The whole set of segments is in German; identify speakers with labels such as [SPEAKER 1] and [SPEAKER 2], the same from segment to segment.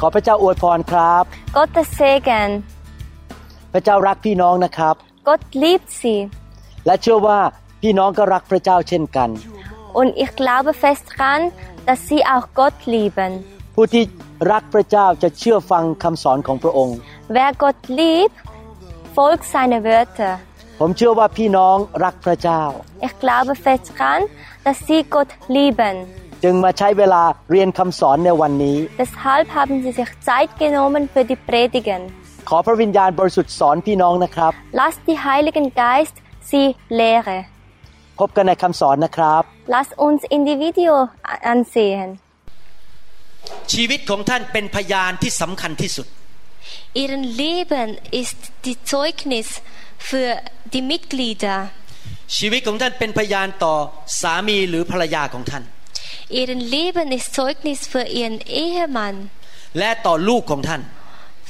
[SPEAKER 1] ขอพระเจ้าอวยพรครับ
[SPEAKER 2] Gottes Segen.
[SPEAKER 1] พระเจ้ารักพี่น้องนะครับ
[SPEAKER 2] Gott liebt sie.
[SPEAKER 1] และเชื่อว่าพี่น้องก็รักพระเจ้าเช่นกัน
[SPEAKER 2] Und ich glaube fest dran, dass sie auch Gott lieben.
[SPEAKER 1] ผู้ที่รักพระเจ้าจะเชื่อฟังคำสอนของพระองค์
[SPEAKER 2] Wer Gott liebt, folgt seine Wörter.
[SPEAKER 1] ผมเชื่อว่าพี่น้องรักพระเจ้า
[SPEAKER 2] Ich glaube fest dran, dass sie Gott lieben.
[SPEAKER 1] จึงมาใช้เวลาเรียนคำสอนในวันนี้
[SPEAKER 2] Deshalb haben sie sich Zeit genommen für die Predigen.
[SPEAKER 1] ขอพระวิญญาณบริสุทธิ์สอนพี่น้องนะครับ
[SPEAKER 2] Lasst die Heiligen Geist sie lehren.
[SPEAKER 1] พบกันในคำสอนนะครับ
[SPEAKER 2] Lasst uns in die Video a- ansehen.
[SPEAKER 3] ชีวิตของท่านเป็นพยานที่สำคัญที่สุด
[SPEAKER 4] Ihr Leben ist die Zeugnis für die Mitglieder.
[SPEAKER 3] ชีวิตของท่านเป็นพยานต่อสามีหรือภรรยาของท่าน
[SPEAKER 4] Ihr Leben ist Zeugnis für Ihren Ehemann,
[SPEAKER 3] และต่อลูกของท่าน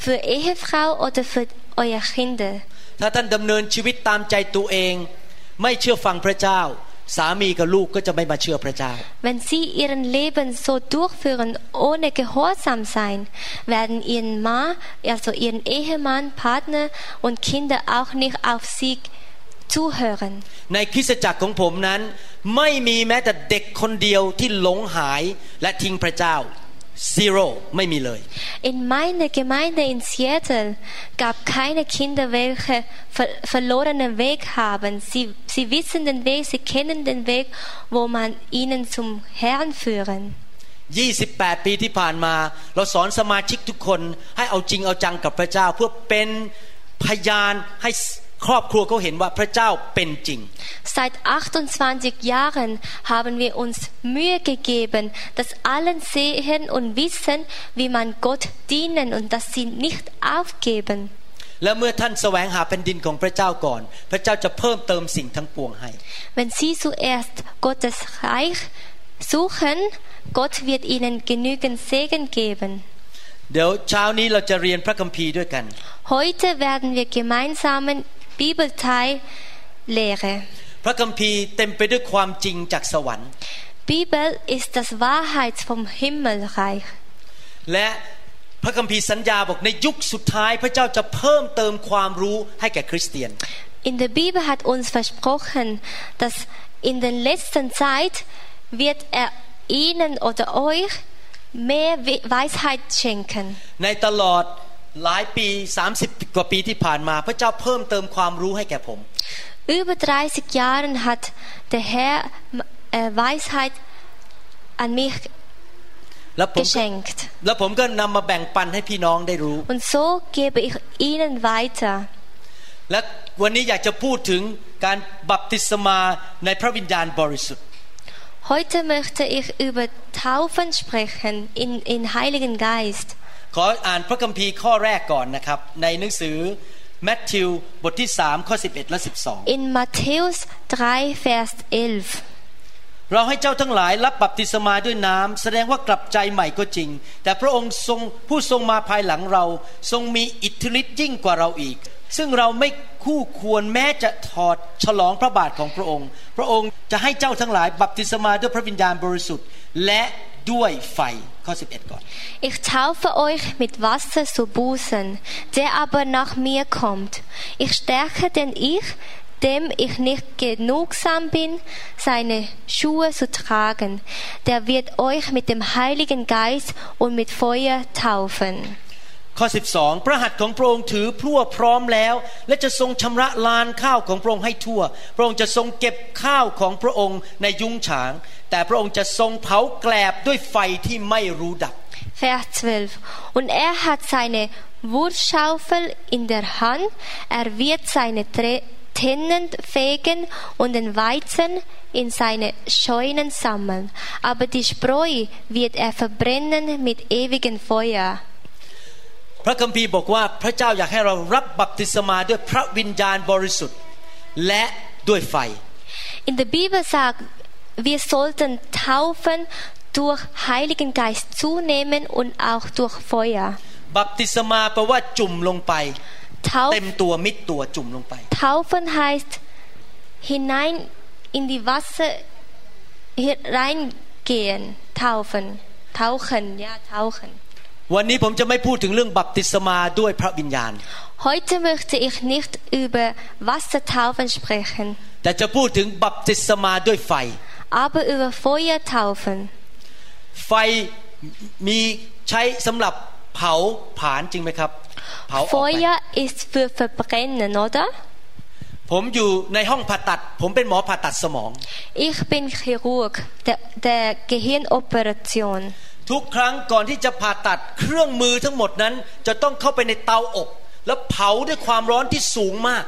[SPEAKER 4] für Ehefrau oder für eure Kinder.
[SPEAKER 3] ถ้าท่านดำเนินชีวิตตามใจตัวเอง ไม่เชื่อฟังพระเจ้า สามีกับลูกก็จะไม่มาเชื่อพระเจ้า
[SPEAKER 4] Wenn Sie Ihren Leben so durchführen, ohne gehorsam sein, werden Ihren Mann, also Ihren Ehemann, Partner und Kinder auch nicht auf Sie zuhören.
[SPEAKER 3] ในคริสตจักรของผมนั้น ไม่มีแม้แต่เด็กคนเดียวที่หลงหายและทิ้งพระเจ้า zero ไม่มีเลย
[SPEAKER 4] In meiner Gemeinde in Seattle gab keine Kinder, welche ver verlorenen Weg haben. Sie, sie wissen den Weg, sie kennen den Weg, wo man ihnen zum Herrn führen.
[SPEAKER 3] 28 ปีที่ผ่านมา เราสอนสมาชิกทุกคนให้เอาจริงเอาจังกับพระเจ้า เพื่อเป็นพยานให้ครอบครัวเขาเห็นว่าพระเจ้าเป็นจริง
[SPEAKER 4] Seit 28 Jahren haben wir uns Mühe gegeben, dass alle sehen und wissen, wie man Gott dienen und dass sie nicht aufgeben.
[SPEAKER 3] และเมื่อท่านแสวงหาแผ่นดินของพระเจ้าก่อน พระเจ้าจะเพิ่มเติมสิ่งทั้งปวงให้
[SPEAKER 4] Wenn Sie zuerst Gottes Reich suchen, Gott wird Ihnen genügend Segen geben.
[SPEAKER 3] เดี๋ยวเช้านี้เราจะเรียนพระคัมภีร์ด้วยกัน
[SPEAKER 4] Heute werden wir gemeinsam Bibelteil Lehre.
[SPEAKER 3] พระคัมภีร์เต็มไปด้วยความจริงจากสวรรค์
[SPEAKER 4] Bibel ist das Wahrheit vom Himmelreich.
[SPEAKER 3] และพระคัมภีร์สัญญาบอกในยุคสุดท้ายพระเจ้าจะเพิ่มเติมความรู้ให้แก่คริสเตียน
[SPEAKER 4] In der Bibel hat uns versprochen, dass in der letzten Zeit wird er Ihnen oder euch mehr We- Weisheit schenken.
[SPEAKER 3] ในตลอดหลายปี 30 กว่าปีที่ผ่านมา พระเจ้าเพิ่มเติมความรู้ให้แก่ผม
[SPEAKER 4] Über 30 Jahren hat der Herr m- äh, Weisheit an mich
[SPEAKER 3] แล้วผม
[SPEAKER 4] geschenkt.
[SPEAKER 3] แล้วผมก็นำมาแบ่งปันให้พี่น้องได้รู้
[SPEAKER 4] Und so gebe ich Ihnen weiter.
[SPEAKER 3] และวันนี้อยากจะพูดถึงการบัพติศมาในพระวิญญาณบริสุทธิ์
[SPEAKER 4] Heute möchte ich über Taufen sprechen in, in Heiligen Geist.
[SPEAKER 3] ขออ่านพระคัมภีร์ข้อแรกก่อนนะครับ ในหนังสือแมทธิวบทที่ 3 ข้อ 11 และ
[SPEAKER 4] In Matthäus 3, Vers 11.
[SPEAKER 3] 12 เราให้เจ้าทั้งหลายรับบัพติศมาด้วยน้ำแสดงว่ากลับใจใหม่ก็จริง แต่พระองค์ทรงผู้ทรงมาภายหลังเรา ทรงมีอิทธิฤทธิ์ยิ่งกว่าเราอีก ซึ่งเราไม่คู่ควรแม้จะถอดฉลองพระบาทของพระองค์ พระองค์จะให้เจ้าทั้งหลายบัพติศมาด้วยพระวิญญาณบริสุทธิ์ และด้วยไฟข้อ 11 ก่อน
[SPEAKER 4] Ich taufe euch mit Wasser zu Bußen, der aber nach mir kommt. Ich stärke den ich, dem ich nicht genugsam bin, seine Schuhe zu tragen. Der wird euch mit dem Heiligen Geist und mit Feuer taufen.
[SPEAKER 3] ข้อ 12 พระหัตถ์ของพระองค์ถือพลั่วพร้อมแล้ว และจะทรงชำระลานข้าวของพระองค์ให้ทั่ว พระองค์จะทรงเก็บข้าวของพระองค์ในยุ้งฉาง แต่พระองค์จะทรงเผาแกลบด้วยไฟที่ไม่รู้ดับ
[SPEAKER 4] Vers 12. Und er hat seine Wurfschaufel in der Hand, er wird seine Tre- Tennen fegen und den Weizen in seine Scheunen sammeln, aber die Spreu wird er verbrennen mit ewigem Feuer.
[SPEAKER 3] พระคัมภีร์บอกว่าพระเจ้าอยากให้เรารับบัพติศมาด้วยพระวิญญาณบริสุทธิ์ และด้วยไฟ
[SPEAKER 4] In der Bibel sagt, wir sollten Taufen durch Heiligen Geist zunehmen und auch durch Feuer.
[SPEAKER 3] บัพติศมาแปลว่าจุ่มลงไป
[SPEAKER 4] Tauf-
[SPEAKER 3] เต็มตัวมิดตัวจุ่มลงไป
[SPEAKER 4] Taufen heißt hinein in die Wasser hineingehen, taufen, tauchen, ja, tauchen.
[SPEAKER 3] วันนี้ผมจะไม่พูดถึงเรื่องบัพติศมาด้วยพระวิญญาณ
[SPEAKER 4] Heute möchte ich nicht über Wassertaufen sprechen,
[SPEAKER 3] แต่จะพูดถึงบัพติศมาด้วยไฟ
[SPEAKER 4] aber über Feuertaufen.
[SPEAKER 3] ไฟมีใช้สำหรับเผาผลาญจริงไหมครับเผาออกไป
[SPEAKER 4] Feuer ist für Verbrennen, oder?
[SPEAKER 3] ผมอยู่ในห้องผ่าตัด ผมเป็นหมอผ่าตัดสมอง
[SPEAKER 4] Ich bin Chirurg der, der Gehirnoperation.
[SPEAKER 3] ทุกครั้งก่อนที่จะผ่าตัดเครื่องมือทั้งหมดนั้น จะต้องเข้าไปในเตาอบ แล้วเผาด้วยความร้อนที่สูงมาก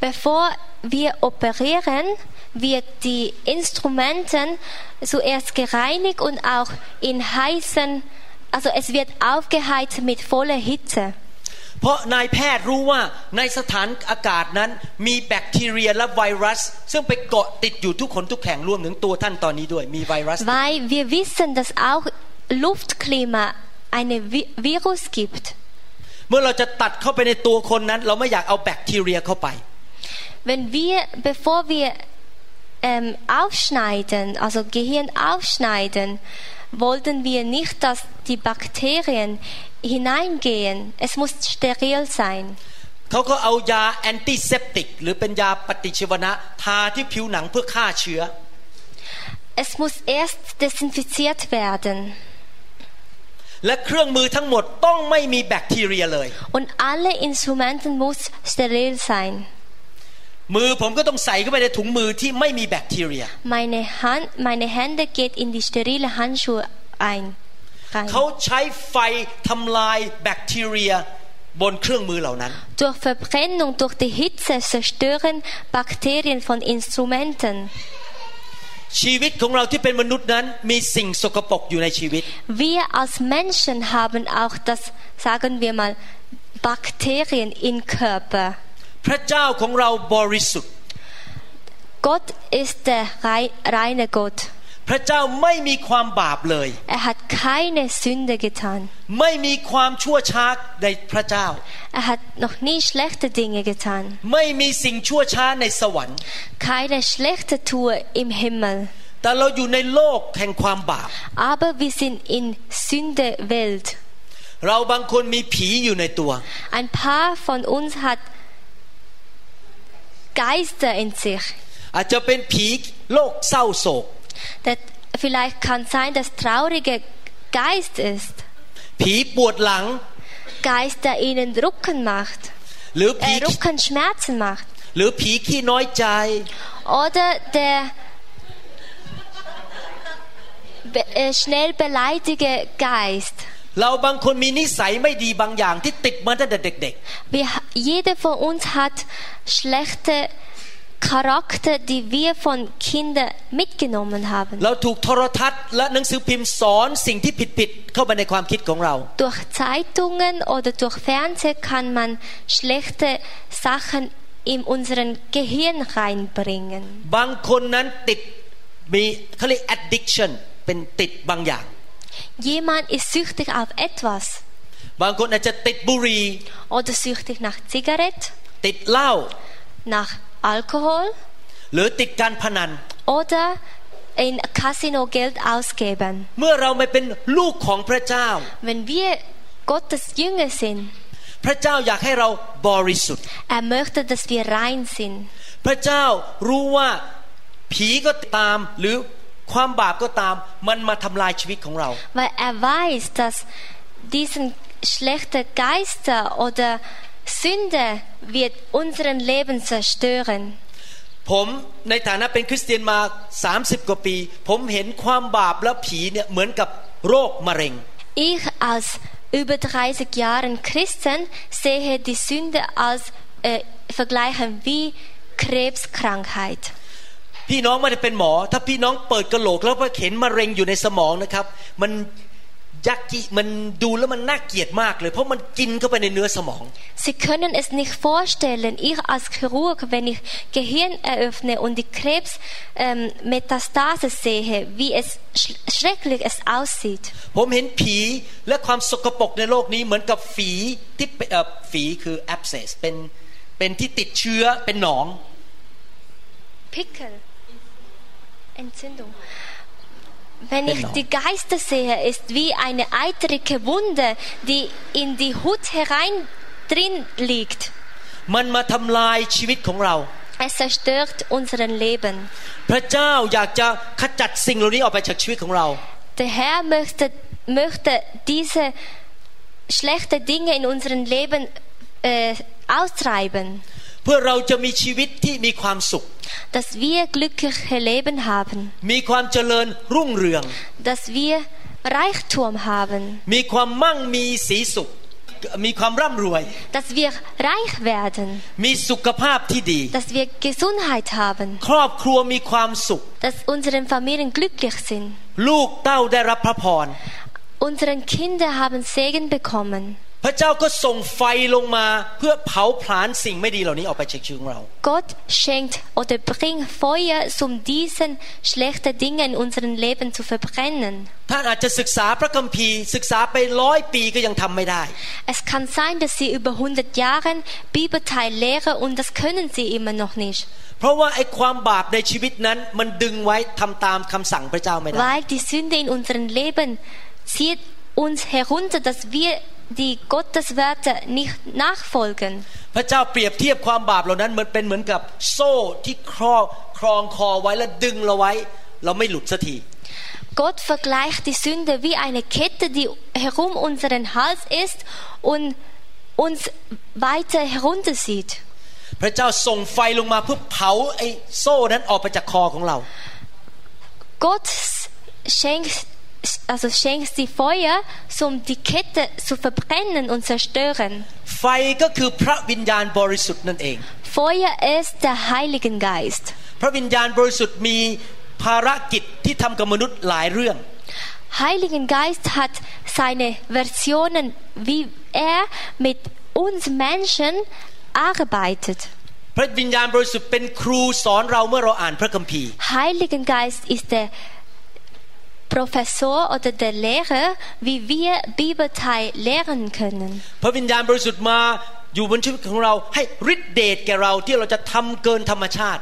[SPEAKER 4] Bevor wir operieren, wird die Instrumenten zuerst gereinigt und auch in heißen, also es wird aufgeheizt mit voller Hitze.
[SPEAKER 3] เพราะนายแพทย์รู้ว่าในสถานอากาศนั้นมีแบคทีเรียและไวรัส ซึ่งไปเกาะติดอยู่ทุกคนทุกแห่งรวมถึงตัวท่านตอนนี้ด้วยมีไวรัส
[SPEAKER 4] Weil wir wissen, dass auch Luftklima eine Vi Virus gibt.
[SPEAKER 3] เมื่อเราจะตัดเข้าไปในตัวคนนั้น เราไม่อยากเอาแบคทีเรียเข้าไป
[SPEAKER 4] Wenn wir, bevor wir ähm, aufschneiden, also Gehirn aufschneiden, wollten wir nicht, dass die Bakterien hineingehen. Es muss steril sein.
[SPEAKER 3] เขาก็เอายาแอนติเซปติก หรือเป็นยาปฏิชีวนะทาที่ผิวหนังเพื่อฆ่าเชื้อ
[SPEAKER 4] Es muss erst desinfiziert werden.
[SPEAKER 3] และเครื่องมือทั้งหมดต้องไม่มีแบคทีเรียเลย
[SPEAKER 4] Und alle Instrumente muss steril sein.
[SPEAKER 3] มือผมก็ต้องใส่เข้าไปในถุงมือที่ไม่มีแบคทีเรีย
[SPEAKER 4] Meine, Hand, meine Hände geht in die sterile Handschuhe ein. Rein.
[SPEAKER 3] เขาใช้ไฟทำลายแบคทีเรียบนเครื่องมือเหล่านั้น
[SPEAKER 4] Durch Verbrennung, durch die Hitze zerstören Bakterien von Instrumenten.
[SPEAKER 3] ชีวิตของเราที่เป็นมนุษย์นั้นมีสิ่งสกปรกอยู่ในชีวิต
[SPEAKER 4] Wir als Menschen haben auch das, sagen wir mal, Bakterien im Körper.
[SPEAKER 3] พระเจ้าของเราบริสุทธิ์
[SPEAKER 4] Gott ist der rei- reine Gott.
[SPEAKER 3] พระเจ้าไม่มีความบาปเลย
[SPEAKER 4] Er hat keine Sünde getan.
[SPEAKER 3] ไม่มีความชั่วช้าในพระเจ้า
[SPEAKER 4] Er hat noch nie schlechte Dinge getan.
[SPEAKER 3] ไม่มีสิ่งชั่วช้าในสวรรค์
[SPEAKER 4] Keine schlechte Tour im Himmel.
[SPEAKER 3] แต่เราอยู่ในโลกแห่งความบาป
[SPEAKER 4] Aber wir sind in Sündewelt.
[SPEAKER 3] เราบางคนมีผีอยู่ในตัว
[SPEAKER 4] Ein paar von uns hat Geister in sich.
[SPEAKER 3] อาจจะเป็นผีโรคเศร้าโศก
[SPEAKER 4] Der, vielleicht kann sein, dass traurige Geist ist.
[SPEAKER 3] ผีปวดหลัง
[SPEAKER 4] Geist, der ihnen Rücken macht,
[SPEAKER 3] หรือผี
[SPEAKER 4] äh, Rückenschmerzen macht.
[SPEAKER 3] หรือผีขี้น้อยใจ
[SPEAKER 4] Oder der be äh, schnell beleidige Geist.
[SPEAKER 3] เราบางคนมีนิสัยไม่ดีบางอย่างที่ติดมาตั้งแต่เด็ก
[SPEAKER 4] Wir, ha- jeder von uns hat schlechte Charakter, die wir von Kindern mitgenommen
[SPEAKER 3] ๆ
[SPEAKER 4] haben.
[SPEAKER 3] เราถูกโทรทัศน์และหนังสือพิมพ์สอนสิ่งที่ผิดๆเข้าไปในความคิดของเรา
[SPEAKER 4] Durch Zeitungen oder durch Fernsehen kann man schlechte Sachen in unseren Gehirn reinbringen.
[SPEAKER 3] บางคนนั้นติดมีเขาเรียก addiction เป็นติดบางอย่าง
[SPEAKER 4] Jemand ist süchtig auf etwas
[SPEAKER 3] บางคนอาจจะติดบุหรี่
[SPEAKER 4] oder süchtig nach Zigarette,
[SPEAKER 3] ติดเหล้า
[SPEAKER 4] nach Alkohol
[SPEAKER 3] หรือติดการพนัน
[SPEAKER 4] oder in Casino Geld ausgeben.
[SPEAKER 3] เมื่อเราไม่เป็นลูกของพระเจ้า
[SPEAKER 4] Wenn wir Gottes Jünger sind,
[SPEAKER 3] พระเจ้าอยากให้เราบริสุทธิ์
[SPEAKER 4] er möchte, dass wir rein sind.
[SPEAKER 3] พระเจ้ารู้ว่าผีก็ตามหรือความบาปก็ตาม มันมาทำลายชีวิตของเรา
[SPEAKER 4] Weil er weiß, dass diesen schlechten Geister oder Sünde wird unseren Leben zerstören.
[SPEAKER 3] ผมในฐานะเป็นคริสเตียนมา 30 กว่าปี ผมเห็นความบาปและผีเนี่ยเหมือนกับโรคมะเร็ง
[SPEAKER 4] Ich als über 30 Jahren Christen sehe die Sünde als äh, vergleichen wie Krebskrankheit.
[SPEAKER 3] พี่น้องไม่ได้เป็นหมอ ถ้าพี่น้องเปิดกระโหลกแล้วไปเห็นมะเร็งอยู่ในสมองนะครับ มันยักกิมันดูแล้วมันน่าเกลียดมากเลย เพราะมันกินเข้าไปในเนื้อสมอง
[SPEAKER 4] Sie können es nicht vorstellen, ich als Chirurg, wenn ich Gehirn eröffne und die Krebsmetastase ähm, Metastase sehe, wie es sch schrecklich es aussieht.
[SPEAKER 3] ผมเห็นผีและความสกปรกในโลกนี้เหมือนกับฝีที่เอ่อฝีคือ abscess เป็นเป็นที่ติดเชื้อเป็นหนอง
[SPEAKER 4] Pickel. Entzündung. Wenn ich
[SPEAKER 3] Genau.
[SPEAKER 4] die Geister sehe, ist wie eine eitrige Wunde, die in die Hut herein drin liegt.
[SPEAKER 3] มันมาทำลายชีวิตของเรา
[SPEAKER 4] Es zerstört unseren Leben.
[SPEAKER 3] พระเจ้าอยากจะขจัดสิ่งเหล่านี้ออกไปจากชีวิตของเรา
[SPEAKER 4] Der Herr möchte, möchte diese schlechten Dinge in unserem Leben äh, austreiben,
[SPEAKER 3] เพื่อเราจะมีชีวิตที่มีความสุข
[SPEAKER 4] dass wir glückliche Leben haben,
[SPEAKER 3] มีความเจริญรุ่งเรือง
[SPEAKER 4] dass wir Reichtum haben,
[SPEAKER 3] มีความมั่งมีสีสุข มีความร่ำรวย
[SPEAKER 4] dass wir reich werden,
[SPEAKER 3] มีสุขภาพที่ดี
[SPEAKER 4] dass wir Gesundheit haben,
[SPEAKER 3] ครอบครัวมีความสุข
[SPEAKER 4] dass unsere Familien glücklich sind.
[SPEAKER 3] ลูกเต้าได้รับพระพร
[SPEAKER 4] Unsere Kinder haben Segen bekommen.
[SPEAKER 3] พระเจ้าก็ส่งไฟลงมาเพื่อเผาผลาญสิ่งไม่ดีเหล่านี้ออกไปจากชีวิตของเรา
[SPEAKER 4] Gott schenkt oder bringt Feuer, um diesen schlechten Dinge in unserem Leben zu verbrennen.
[SPEAKER 3] ท่านอาจจะศึกษาพระคัมภีร์ ศึกษาไปร้อยปีก็ยังทำไม่ได้
[SPEAKER 4] Es kann sein, dass sie über 100 Jahre Bibelteil lehren und das können sie immer noch nicht,
[SPEAKER 3] เพราะว่าไอ้ความบาปในชีวิตนั้นมันดึงไว้ทำตามคำสั่งพระเจ้าไม่ได้
[SPEAKER 4] weil die Sünde in unserem Leben zieht uns herunter, dass wir die Gotteswerte nicht nachfolgen.
[SPEAKER 3] พระเจ้าเปรียบเทียบความบาปเหล่านั้นเหมือนเป็นเหมือนกับโซ่ที่ครอบครองคอไว้และดึงเราไว้ เราไม่หลุดสักที
[SPEAKER 4] Gott vergleicht die Sünde wie eine Kette, die herum unseren Hals ist und uns weiter herunterzieht.
[SPEAKER 3] พระเจ้าส่งไฟลงมาเพื่อเผาไอ้โซ่นั้นออกไปจากคอของเรา
[SPEAKER 4] Gott schenkt, also schenkt die Feuer, um die Kette zu verbrennen und zerstören.
[SPEAKER 3] ไฟก็คือพระวิญญาณบริสุทธิ์นั่นเอง
[SPEAKER 4] Feuer ist der Heilige Geist.
[SPEAKER 3] พระวิญญาณบริสุทธิ์มีภารกิจที่ทำกับมนุษย์หลายเรื่อง
[SPEAKER 4] Heiligen Geist hat seine Versionen, wie er mit uns Menschen arbeitet.
[SPEAKER 3] พระวิญญาณบริสุทธิ์เป็นครูสอนเราเมื่อเราอ่านพระคัมภีร์
[SPEAKER 4] Heiligen Geist ist der Professor oder der Lehrer, wie wir Bibelteil lehren können.
[SPEAKER 3] พระวิญญาณบริสุทธิ์มาอยู่บนชีวิตของเราให้ฤทธิเดชแก่เราที่เราจะทำเกินธรรมชาติ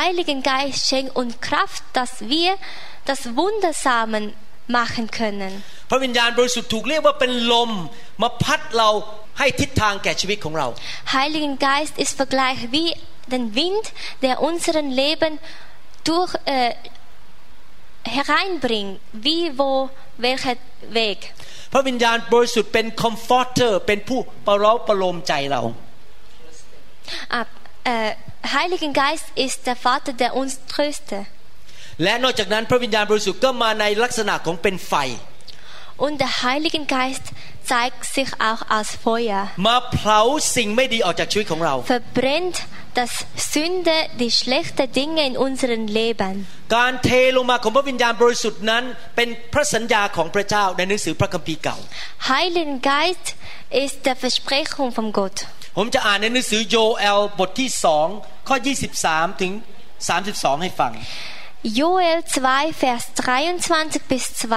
[SPEAKER 4] Heiligen Geist schenkt uns Kraft, dass wir das Wundersamen machen können.
[SPEAKER 3] พระวิญญาณบริสุทธิ์ถูกเรียกว่าเป็นลมมาพัดเราให้ทิศทางแก่ชีวิตของเรา
[SPEAKER 4] Heiligen Geist ist vergleich wie den Wind, der unseren Leben durch äh, hereinbringt, wie wo welcher Weg.
[SPEAKER 3] พระวิญญาณบริสุทธิ์เป็นคอมฟอร์เตอร์เป็นผู้ประเราประโลมใจเรา
[SPEAKER 4] Ah, äh, Heiligen Geist ist der Vater, der uns tröstet.
[SPEAKER 3] และนอกจากนั้นพระวิญญาณบริสุทธิ์ก็มาในลักษณะของเป็นไฟ
[SPEAKER 4] Und der Heilige Geist zeigt sich auch als Feuer,
[SPEAKER 3] มาเผาสิ่งไม่ดีออกจากชีวิตของเรา
[SPEAKER 4] verbrennt das Sünde, die schlechten Dinge in unserem Leben.
[SPEAKER 3] การเทลงมาของพระวิญญาณบริสุทธิ์นั้น เป็นพระสัญญาของพระเจ้าในหนังสือพระคัมภีร์เก่า
[SPEAKER 4] Heiligen Geist ist der Versprechung von Gott.
[SPEAKER 3] ผมจะอ่านในหนังสือโยเอลบทที่สองข้อ 23 ถึง 32 ให้ฟัง
[SPEAKER 4] Joel 2, Vers 23 bis 32.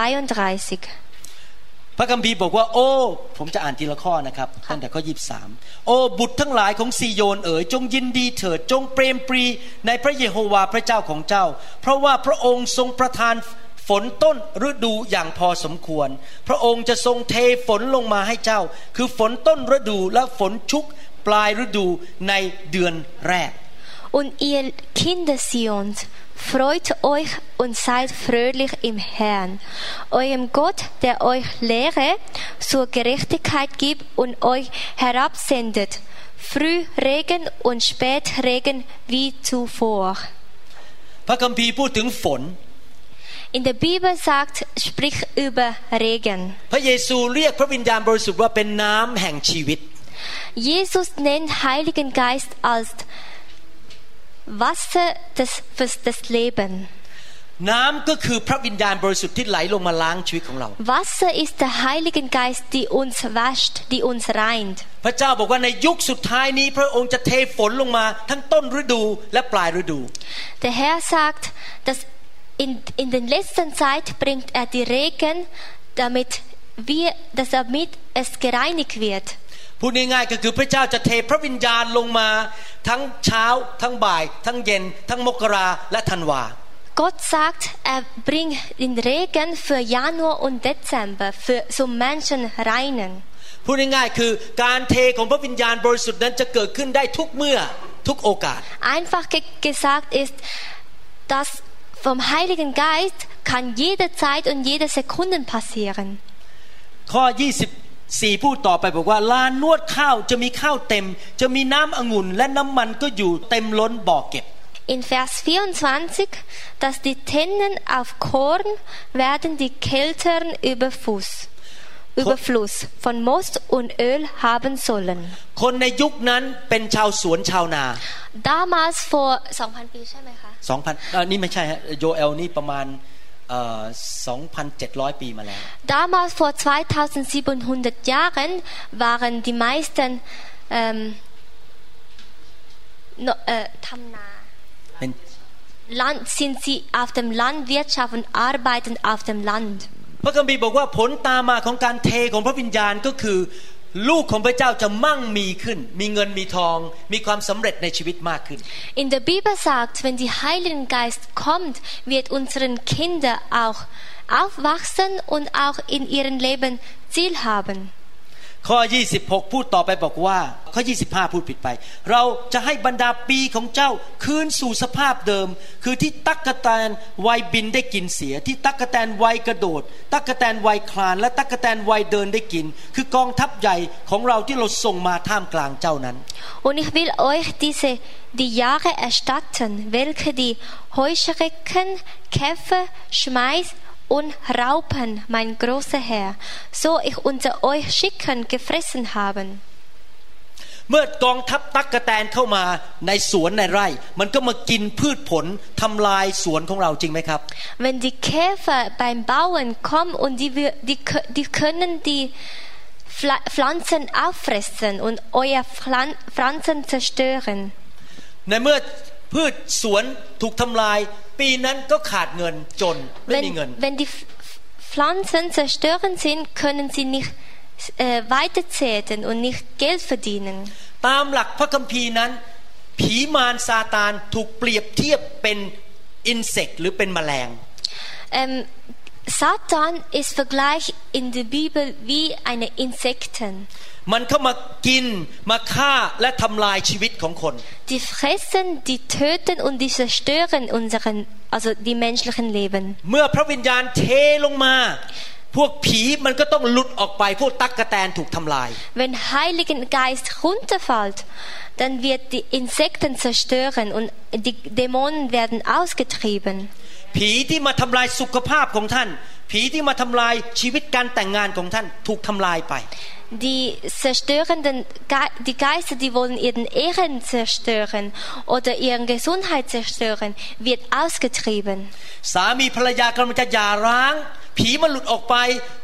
[SPEAKER 3] พระคัมภีร์บอกว่า โอ้ ผมจะอ่านทีละข้อนะครับตั้งแต่ข้อ 23 โอ้บุตรทั้งหลายของซีโยนเอ๋ยจงยินดีเถิดจงเปรมปรีในพระเยโฮวาห์พระเจ้าของเจ้า เพราะว่าพระองค์ทรงประทานฝนต้นฤดูอย่างพอสมควร พระองค์จะทรงเทฝนลงมาให้เจ้า คือฝนต้นฤดูและฝนชุกปลายฤดูในเดือนแรก
[SPEAKER 4] Und ihr Kinder Sions, freut euch und seid fröhlich im Herrn, eurem Gott, der euch Lehre zur Gerechtigkeit gibt und euch herabsendet, früh Regen und spät Regen wie zuvor.
[SPEAKER 3] พระคัมภีร์พูดถึงฝน
[SPEAKER 4] In der Bibel sagt, sprich über Regen.
[SPEAKER 3] พระเยซูเรียกพระวิญญาณบริสุทธิ์ว่าเป็นน้ำแห่งชีวิต
[SPEAKER 4] Jesus nennt Heiligen Geist als Wasser des, fürs- des Lebens.
[SPEAKER 3] น้ำก็คือพระวิญญาณบริสุทธิ์ที่ไหลลงมาล้างชีวิตของเรา
[SPEAKER 4] Wasser ist der Heilige Geist, die uns wäscht, die uns reint.
[SPEAKER 3] พระเจ้าบอกว่าในยุคสุดท้ายนี้ พระองค์จะเทฝนลงมาทั้งต้นฤดูและปลายฤดู
[SPEAKER 4] Der Herr sagt, dass in, in der letzten Zeit bringt er die Regen, damit, wir, dass damit es gereinigt wird.
[SPEAKER 3] พูดง่ายๆก็คือพระเจ้าจะเทพระวิญญาณลงมา ทั้งเช้า ทั้งบ่าย ทั้งเย็น ทั้งมกราและธันวา
[SPEAKER 4] Gott sagt, er bringt den Regen für Januar und Dezember, für so Menschen reinen.
[SPEAKER 3] พูดง่ายๆคือการเทของพระวิญญาณบริสุทธิ์นั้นจะเกิดขึ้นได้ทุกเมื่อทุกโอกาส
[SPEAKER 4] Einfach ge gesagt ist, dass vom Heiligen Geist kann jede Zeit und jede Sekunde passieren.
[SPEAKER 3] ข้อ 24 พูดต่อไปบอกว่าลานนวดข้าวจะมีข้าวเต็ม จะมีน้ำองุ่น และน้ำมันก็อยู่เต็มล้นบ่อเก็บ
[SPEAKER 4] In Vers 24, dass die Tennen auf Korn werden die Keltern über Fuß, Überfluss von Most und Öl haben sollen.
[SPEAKER 3] คนในยุคนั้นเป็นชาวสวนชาวนา
[SPEAKER 4] Damals vor 2000 Jahren,
[SPEAKER 3] 2,000เอ่อนี่ไม่ใช่ฮะโยเอลนี่ประมาณเอ่อ2,700 ปีมาแล้ว
[SPEAKER 4] Damals vor 2700 Jahren waren die meisten ähm, no, äh, Tamna.
[SPEAKER 3] เป็น
[SPEAKER 4] Land, sind sie auf dem Landwirtschaft und arbeiten auf dem Land.
[SPEAKER 3] พระคัมภีร์บอกว่าผลตามมาของการเทของพระวิญญาณก็คือ ลูกของพระเจ้าจะมั่งมีขึ้น มีเงินมีทอง มีความสำเร็จในชีวิตมากขึ้น
[SPEAKER 4] In der Bibel sagt, wenn der Heilige Geist kommt, wird unseren Kinder auch aufwachsen und auch in ihrem Leben Ziel haben.
[SPEAKER 3] ข้อ 26 พูดต่อไปบอกว่า ข้อ 25 พูดผิดไป เราจะให้บรรดาปีของเจ้าคืนสู่สภาพเดิม คือที่ตักกะแตนวัยบินได้กินเสีย ที่ตักกะแตนวัยกระโดด ตักกะแตนวัยคลาน และตักกะแตนวัยเดินได้กิน คือกองทัพใหญ่ของเราที่เราส่งมาท่ามกลางเจ้านั้น
[SPEAKER 4] Und ich will euch diese die Jahre erstatten, welche die Heuschrecken, Käfer, Schmeiß und Raupen, mein großer Herr, so ich unter euch Schicken gefressen haben.
[SPEAKER 3] เมื่อกองทัพตักกะแตนเข้ามาในสวนในไร่ มันก็มากินพืชผลทำลายสวนของเราจริงไหมครับ
[SPEAKER 4] Wenn die Käfer beim Bauen kommen und die, wir- die, kö- die können die Pfla- Pflanzen auffressen und euer Pflan- Pflanzen zerstören.
[SPEAKER 3] ในเมื่อพืชสวนถูกทำลาย ปีนั้นก็ขาดเงินจนไม่มี
[SPEAKER 4] Wenn,
[SPEAKER 3] เงิน
[SPEAKER 4] wenn die F- F- Pflanzen zerstört sind, können sie nicht äh, weiterzählen und nicht Geld verdienen.
[SPEAKER 3] ตามหลักพระคัมภีร์นั้น ผีมารซาตานถูกเปรียบเทียบเป็นอินเสกหรือเป็นแมลง
[SPEAKER 4] Ähm, Satan ist Vergleich in der Bibel wie eine Insekten.
[SPEAKER 3] มันเข้ามากินมาฆ่าและทำลายชีวิตของคน
[SPEAKER 4] Die fressen, die töten und die zerstören unseren, also die menschlichen Leben.
[SPEAKER 3] เมื่อพระวิญญาณเทลงมา พวกผีมันก็ต้องหลุดออกไป พวกตักกะแตนถูกทำลาย
[SPEAKER 4] Wenn Heiligen Geist runterfällt, dann wird die Insekten zerstören und die Dämonen werden ausgetrieben.
[SPEAKER 3] ผีที่มาทำลายสุขภาพของท่าน ผีที่มาทำลายชีวิตการแต่งงานของท่านถูกทำลายไป
[SPEAKER 4] Die zerstörenden Ge die Geister, die wollen ihren Ehren zerstören oder ihren Gesundheit zerstören, wird ausgetrieben.
[SPEAKER 3] สามีภรรยากำลังจะหย่าร้าง ผีมันหลุดออกไป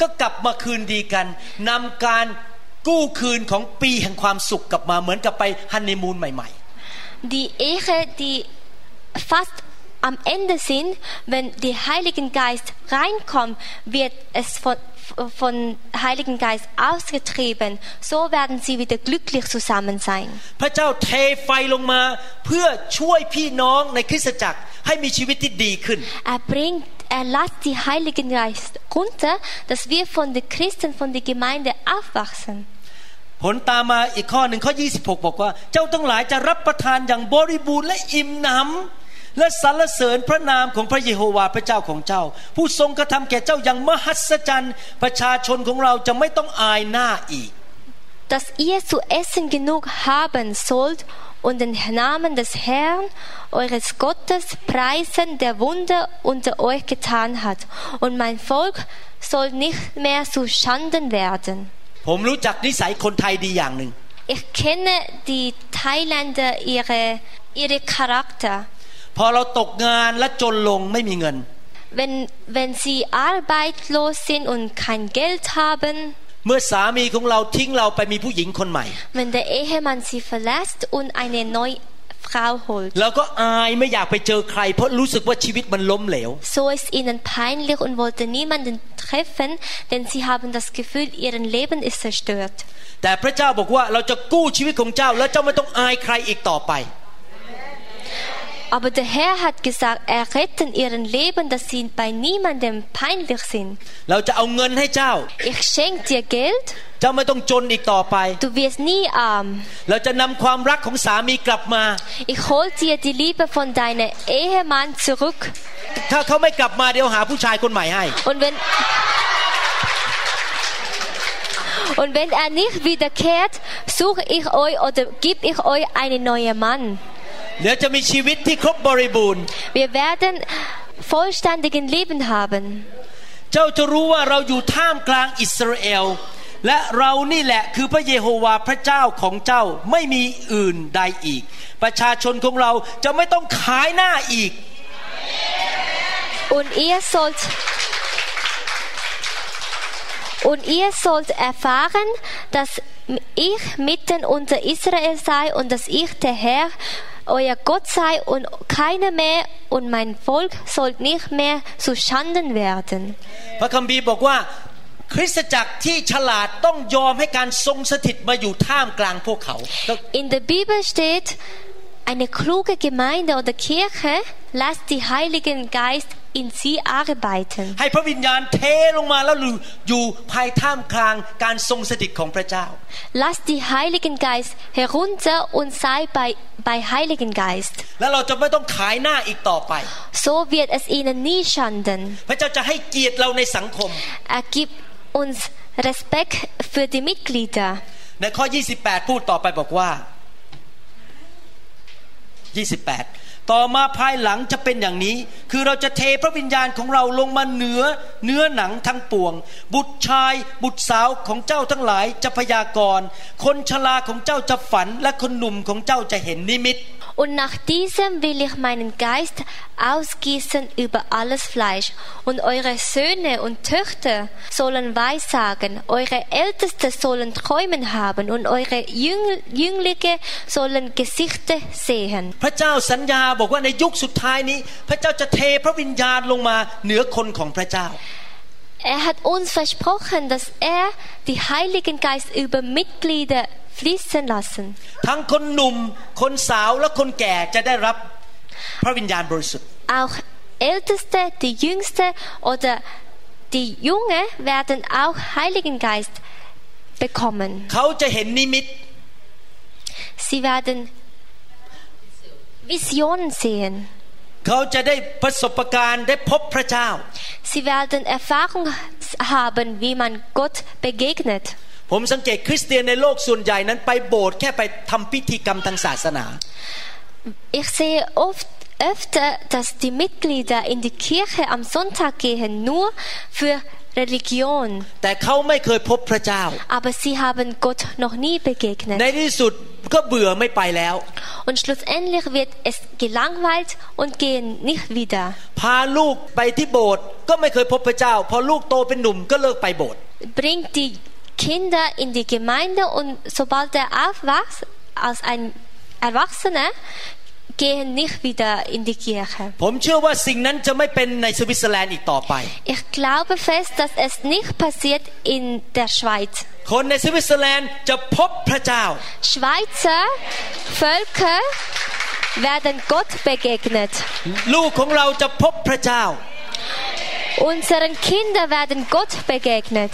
[SPEAKER 3] ก็กลับมาคืนดีกันนำการกู้คืนของปีแห่งความสุขกลับมาเหมือนกับไปฮันนีมูนใหม่
[SPEAKER 4] Die Ehe, die fast am Ende sind, wenn der Heilige Geist reinkommt, wird es von, von Heiligen Geist ausgetrieben. So werden sie wieder glücklich zusammen sein.
[SPEAKER 3] ๆ พระเจ้าเทไฟลงมาเพื่อช่วยพี่น้องในคริสตจักรให้มีชีวิตที่ดีขึ้น
[SPEAKER 4] Er bringt, er lässt die Heiligen Geist runter, dass wir von den Christen, von der Gemeinde aufwachsen.
[SPEAKER 3] ผลตามมาอีกข้อหนึ่งข้อ 26 บอกว่า เจ้าทั้งหลายจะรับประทานอย่างบริบูรณ์และอิ่มหนำและสรรเสริญพระนามของพระเยโฮวาห์พระเจ้าของเจ้า ผู้ทรงกระทำแก่เจ้าอย่างมหัศจรรย์ ประชาชนของเราจะไม่ต้องอายหน้าอีก
[SPEAKER 4] dass ihr zu essen genug haben sollt und den Namen des Herrn, eures Gottes, preisen, der Wunder unter euch getan hat. Und mein Volk soll nicht mehr zu Schanden werden.
[SPEAKER 3] ผมรู้จักนิสัยคนไทยดีอย่างหนึ่ง
[SPEAKER 4] Ich kenne die Thailänder, ihre, ihre Charakter.
[SPEAKER 3] พอเราตกงานและจนลงไม่มีเงิน
[SPEAKER 4] Wenn, wenn sie arbeitslos sind und kein Geld haben,
[SPEAKER 3] เมื่อสามีของเราทิ้งเราไปมีผู้หญิงคนใหม่
[SPEAKER 4] wenn der Ehemann sie verlässt und eine neue Frau holt.
[SPEAKER 3] เราก็อายไม่อยากไปเจอใคร เพราะรู้สึกว่าชีวิตมันล้มเหลว
[SPEAKER 4] So ist ihnen peinlich und wollte niemanden treffen, denn sie haben das Gefühl, ihr Leben ist zerstört.
[SPEAKER 3] แต่พระเจ้าบอกว่าเราจะกู้ชีวิตของเจ้า และเจ้าไม่ต้องอายใครอีกต่อไป
[SPEAKER 4] Aber der Herr hat gesagt, er retten ihren Leben, dass sie bei niemandem peinlich sind.
[SPEAKER 3] เราจะเอาเงินให้เจ้า
[SPEAKER 4] Ich schenke dir Geld,
[SPEAKER 3] เจ้าไม่ต้องจนอีกต่อไป
[SPEAKER 4] du wirst nie arm.
[SPEAKER 3] เราจะนำความรักของสามีกลับมา
[SPEAKER 4] Ich hol dir die Liebe von deinem Ehemann zurück.
[SPEAKER 3] ถ้าเขาไม่กลับมาเดี๋ยวหาผู้ชายคนใหม่ให้
[SPEAKER 4] Und wenn, und wenn er nicht wiederkehrt, suche ich euch oder gebe ich euch einen neuen Mann.
[SPEAKER 3] เดี๋ยวจะมีชีวิตที่ครบบริบูรณ์
[SPEAKER 4] Wir werden vollständigen Leben haben.
[SPEAKER 3] เจ้าจะรู้ว่าเราอยู่ท่ามกลางอิสราเอล และเรานี่แหละคือพระเยโฮวาห์พระเจ้าของเจ้าไม่มีอื่นใดอีก ประชาชนของเราจะไม่ต้องขายหน้าอีก
[SPEAKER 4] Und ihr sollt und ihr sollt erfahren, dass ich mitten unter Israel sei und dass ich der Herr euer Gott sei und keiner mehr und mein Volk soll nicht mehr zu Schanden werden.
[SPEAKER 3] พระคัมภีร์บอกว่า คริสตจักรที่ฉลาดต้องยอมให้การทรงสถิตมาอยู่ท่ามกลางพวกเขา
[SPEAKER 4] In der Bibel steht, eine kluge Gemeinde oder Kirche lasst die Heiligen Geist in sie arbeiten.
[SPEAKER 3] ให้พระวิญญาณเทลงมาแล้วอยู่ภายท่ามกลางการทรงสถิตของพระเจ้า
[SPEAKER 4] Lass die Heiligen Geist herunter und sei bei, bei Heiligen Geist.
[SPEAKER 3] และเราจะไม่ต้องขายหน้าอีกต่อไป
[SPEAKER 4] So wird es ihnen nie schanden.
[SPEAKER 3] พระเจ้าจะให้เกียรติเราในสังคม
[SPEAKER 4] Er gibt uns Respekt für die Mitglieder.
[SPEAKER 3] ในข้อ 28 พูดต่อไปบอกว่า 28 ต่อมาภายหลังจะเป็นอย่างนี้ คือเราจะเทพระวิญญาณของเราลงมาเหนือเนื้อหนังทั้งปวง บุตรชาย บุตรสาวของเจ้าทั้งหลายจะพยากรณ์คนชราของเจ้าจะฝัน และคนหนุ่มของเจ้าจะเห็นนิมิต
[SPEAKER 4] Und nach diesem will ich meinen Geist ausgießen über alles Fleisch. Und eure Söhne und Töchter sollen Weissagen, eure Ältesten sollen Träumen haben und eure Jüng- Jünglinge sollen Gesichter sehen.
[SPEAKER 3] พระเจ้าสัญญาบอกว่าในยุคสุดท้ายนี้ พระเจ้าจะเทพระวิญญาณลงมาเหนือคนของพระเจ้า
[SPEAKER 4] Er hat uns versprochen, dass er die Heiligen Geist über Mitglieder fließen lassen.
[SPEAKER 3] ทั้งคนหนุ่ม คนสาวและคนแก่จะได้รับพระวิญญาณบริสุทธิ์
[SPEAKER 4] Auch Älteste, die Jüngste oder die Junge werden auch Heiligen Geist bekommen.
[SPEAKER 3] เขาจะเห็นนิมิต
[SPEAKER 4] Sie werden Visionen sehen.
[SPEAKER 3] เขาจะได้ประสบการณ์ได้พบพระเจ้า
[SPEAKER 4] Sie werden Erfahrung haben, wie man Gott begegnet.
[SPEAKER 3] ผมสังเกตคริสเตียนในโลกส่วนใหญ่นั้นไปโบสถ์แค่ไปทำพิธีกรรมทางศาสนา
[SPEAKER 4] Ich sehe oft öfter, dass die Mitglieder in die Kirche am Sonntag gehen, nur für Religion.
[SPEAKER 3] แต่เขาไม่เคยพบพระเจ้า
[SPEAKER 4] Aber sie haben Gott noch nie
[SPEAKER 3] ใน
[SPEAKER 4] begegnet.
[SPEAKER 3] ที่สุดก็เบื่อไม่ไปแล้ว
[SPEAKER 4] Und schlussendlich wird es gelangweilt und gehen nicht wieder.
[SPEAKER 3] พาลูกไปที่โบสถ์ก็ไม่เคยพบพระเจ้า พอลูกโตเป็นหนุ่มก็เลิกไปโบสถ์
[SPEAKER 4] Bringt die Kinder in die Gemeinde und sobald er aufwächst, als ein Erwachsener, gehen nicht wieder in die Kirche.
[SPEAKER 3] ผมเชื่อว่าสิ่งนั้นจะไม่เป็นในสวิตเซอร์แลนด์อีกต่อไป
[SPEAKER 4] Ich glaube fest, dass es nicht passiert in der Schweiz.
[SPEAKER 3] คนในสวิตเซอร์แลนด์จะพบพระเจ้า
[SPEAKER 4] Schweizer Völker werden Gott begegnet.
[SPEAKER 3] ลูกของเราจะพบพระเจ้า
[SPEAKER 4] Unseren Kindern werden Gott begegnet.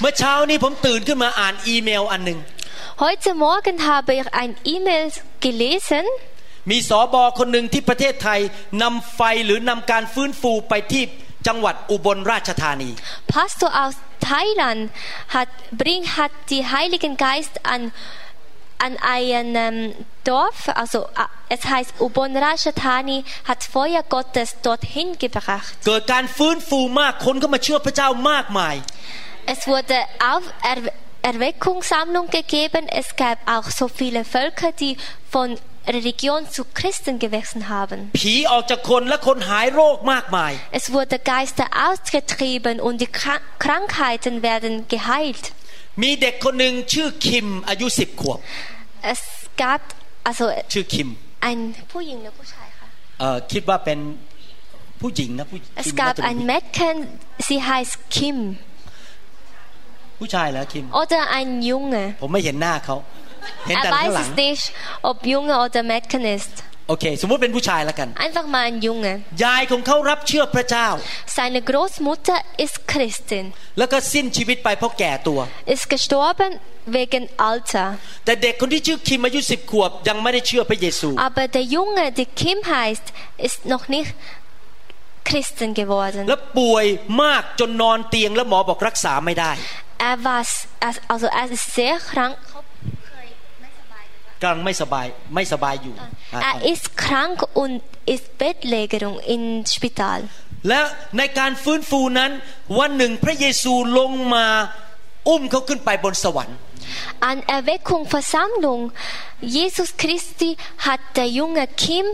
[SPEAKER 3] เมื่อเช้านี้ผมตื่นขึ้นมาอ่านอีเมลอันหนึ่ง
[SPEAKER 4] Heute Morgen habe ich ein E-Mail gelesen.
[SPEAKER 3] มีสอบอคนหนึ่งที่ประเทศไทยนำไฟหรือนำการฟื้นฟูไปที่จังหวัดอุบลราชธานี
[SPEAKER 4] Pastor aus Thailand hat, bring, hat die Heiligen Geist an, an einem Dorf, also äh, es heißt Ubon Rajatani, hat Feuer Gottes dorthin gebracht.
[SPEAKER 3] เกิดการฟื้นฟูมากคนก็มาเชื่อพระเจ้ามากมาย
[SPEAKER 4] Es wurde auf Erwe- Erweckungssammlung gegeben. Es gab auch so viele Völker, die von Religion zu Christen gewechselt haben.
[SPEAKER 3] ผีออกจากคนและคนหายโรคมากมาย
[SPEAKER 4] Es wurde Geister ausgetrieben und die Kra- Krankheiten werden geheilt.
[SPEAKER 3] มีเด็กคนหนึ่งชื่อคิมอายุสิบขวบ
[SPEAKER 4] Es gab also
[SPEAKER 3] ชื่อคิม
[SPEAKER 4] ein Pujing, ne, Puschai, ja.
[SPEAKER 3] เอ่อคิดว่าเป็นผู้หญิงนะผู้คิ
[SPEAKER 4] Es
[SPEAKER 3] มน่า
[SPEAKER 4] gab
[SPEAKER 3] จะเป็
[SPEAKER 4] ein
[SPEAKER 3] น
[SPEAKER 4] Mädchen, sie heißt Kim
[SPEAKER 3] ผู้ชายเหรอคิม
[SPEAKER 4] oder ein Junge.
[SPEAKER 3] ผมไม่เห็นหน้าเขาเห็นแต่
[SPEAKER 4] Er
[SPEAKER 3] ข้างหลั
[SPEAKER 4] weiß
[SPEAKER 3] ง
[SPEAKER 4] es nicht, ob Junge oder Mädchen ist.
[SPEAKER 3] โอเค สมมุติเป็นผู้ชายแล้วกัน
[SPEAKER 4] Einfach mal ein Junge.
[SPEAKER 3] ยายของเขารับเชื่อพระเจ้า
[SPEAKER 4] Seine Großmutter ist Christin,
[SPEAKER 3] แล้วก็สิ้นชีวิตไปเพราะแก่ตัว
[SPEAKER 4] ist gestorben wegen Alter.
[SPEAKER 3] แต่เด็กคนที่ชื่อคิมอายุสิบขวบยังไม่ได้เชื่อพระเยซู
[SPEAKER 4] Aber der Junge, der Kim heißt, ist noch nicht Christin geworden.
[SPEAKER 3] แล้วป่วยมากจนนอนเตียงแล้วหมอบอกรักษาไม่ได้
[SPEAKER 4] Er war, also er ist sehr krank.
[SPEAKER 3] กำลังไม่สบายไม่สบายอยู่อ่ะ
[SPEAKER 4] Er ist krank und ist Bettlägerung im Spital.
[SPEAKER 3] และในการฟื้นฟูนั้น วันหนึ่งพระเยซูลงมาอุ้มเขาขึ้นไปบนสวรรค์
[SPEAKER 4] An Erweckung, Versammlung, Jesus Christi hat der junge Kim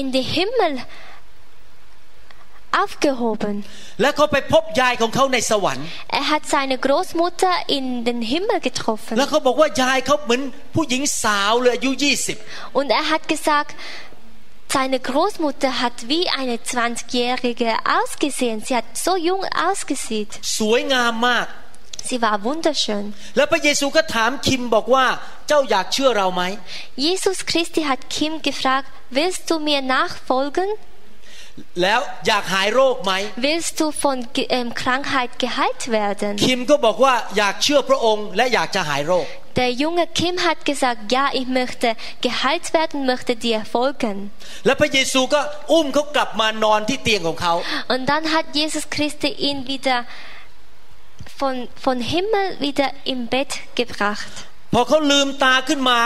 [SPEAKER 4] in den Himmel aufgehoben.
[SPEAKER 3] และเขาไปพบยายของเขาในสวรรค์
[SPEAKER 4] Er hat seine Großmutter in den Himmel
[SPEAKER 3] แล้ว
[SPEAKER 4] getroffen.
[SPEAKER 3] เขาบอกว่ายายเขาเหมือนผู้หญิงสาวเลยอายุ
[SPEAKER 4] Und er hat gesagt, seine Großmutter hat wie eine 20-Jährige ausgesehen. Sie hat so jung ausgesehen.
[SPEAKER 3] 20 สวยงามมาก
[SPEAKER 4] Sie war wunderschön.
[SPEAKER 3] และพระเยซูก็ถามคิมบอกว่าเจ้าอยากเชื่อเราไหม
[SPEAKER 4] Jesus Christi hat Kim gefragt, willst du mir nachfolgen?
[SPEAKER 3] แล้วอยากหายโรคไหม
[SPEAKER 4] Willst du von Ge- ähm, Krankheit geheilt werden?
[SPEAKER 3] คิมก็บอกว่าอยากเชื่อพระองค์และอยากจะหายโรค
[SPEAKER 4] Der junge Kim hat gesagt, ja, ich möchte geheilt werden, möchte dir folgen.
[SPEAKER 3] และพระเยซูก็อุ้มเขากลับมานอนที่เตียงของเขา
[SPEAKER 4] Und dann hat Jesus Christi ihn wieder von, von Himmel wieder im Bett gebracht.
[SPEAKER 3] พอเขาลืมตาขึ้นมา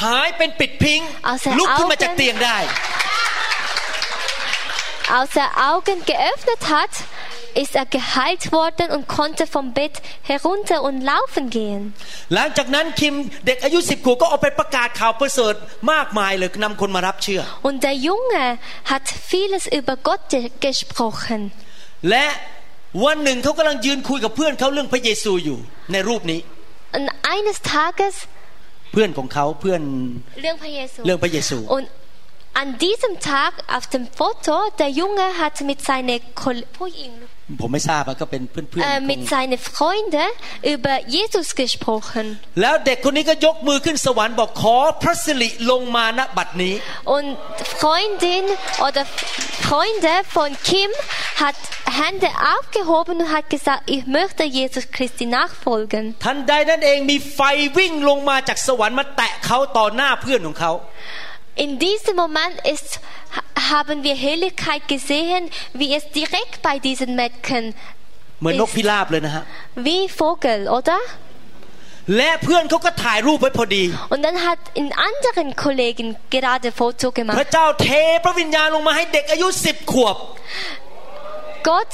[SPEAKER 3] หายเป็นปิดพิง
[SPEAKER 4] เอาแสง
[SPEAKER 3] ลุกขึ้นมา
[SPEAKER 4] เอาเป็น
[SPEAKER 3] จากเตียงได้
[SPEAKER 4] Als er Augen geöffnet hat, ist er geheilt worden und konnte vom Bett herunter und laufen gehen.
[SPEAKER 3] หลังจากนั้นคิมเด็กอายุ10ขวบก็ออกไปประกาศข่าวประเสริฐมากมายเลยนำคนมารับเชื่อ
[SPEAKER 4] Und der Junge hat vieles über Gott ge- gesprochen.
[SPEAKER 3] และวันหนึ่งเขากำลังยืนคุยกับเพื่อนเขาเรื่องพระเยซูอยู่ ในรูปนี้
[SPEAKER 4] Und eines Tages
[SPEAKER 3] เพื่อนของเขาเพื่อน
[SPEAKER 4] Lüngpa Jesu.
[SPEAKER 3] เรื่องพระเยซู
[SPEAKER 4] Und an diesem Tag auf dem Foto, der Junge hat mit seinen Koll-
[SPEAKER 3] ผมไม่ทราบอะก็เป็นเพื่อนเพื่อน
[SPEAKER 4] äh, mit seine Freunden über Jesus gesprochen.
[SPEAKER 3] แล้วเด็กคนนี้ก็ยกมือขึ้นสวรรค์บอกขอพระสิริลงมาณบัดนี้
[SPEAKER 4] Und Freundin oder Freunde von Kim hat Hände aufgehoben und hat gesagt, ich möchte Jesus Christi nachfolgen.
[SPEAKER 3] ทันใดนั้นเองมีไฟวิ่งลงมาจากสวรรค์มาแตะเขาต่อหน้าเพื่อนของเขา
[SPEAKER 4] In diesem Moment ist, ha- haben wir Helligkeit gesehen, wie es direkt bei diesen Mädchen
[SPEAKER 3] เหมือนนกพิราบเลยนะฮะ
[SPEAKER 4] wie Vogel, oder?
[SPEAKER 3] และเพื่อนเขาก็ถ่ายรูปไว้พอดี
[SPEAKER 4] Und dann hat ein anderen Kollegen gerade Foto
[SPEAKER 3] พ
[SPEAKER 4] gemacht.
[SPEAKER 3] ระเจ้าเทพระวิญญาณลงมาให้เด็กอายุสิบขวบ
[SPEAKER 4] Gott,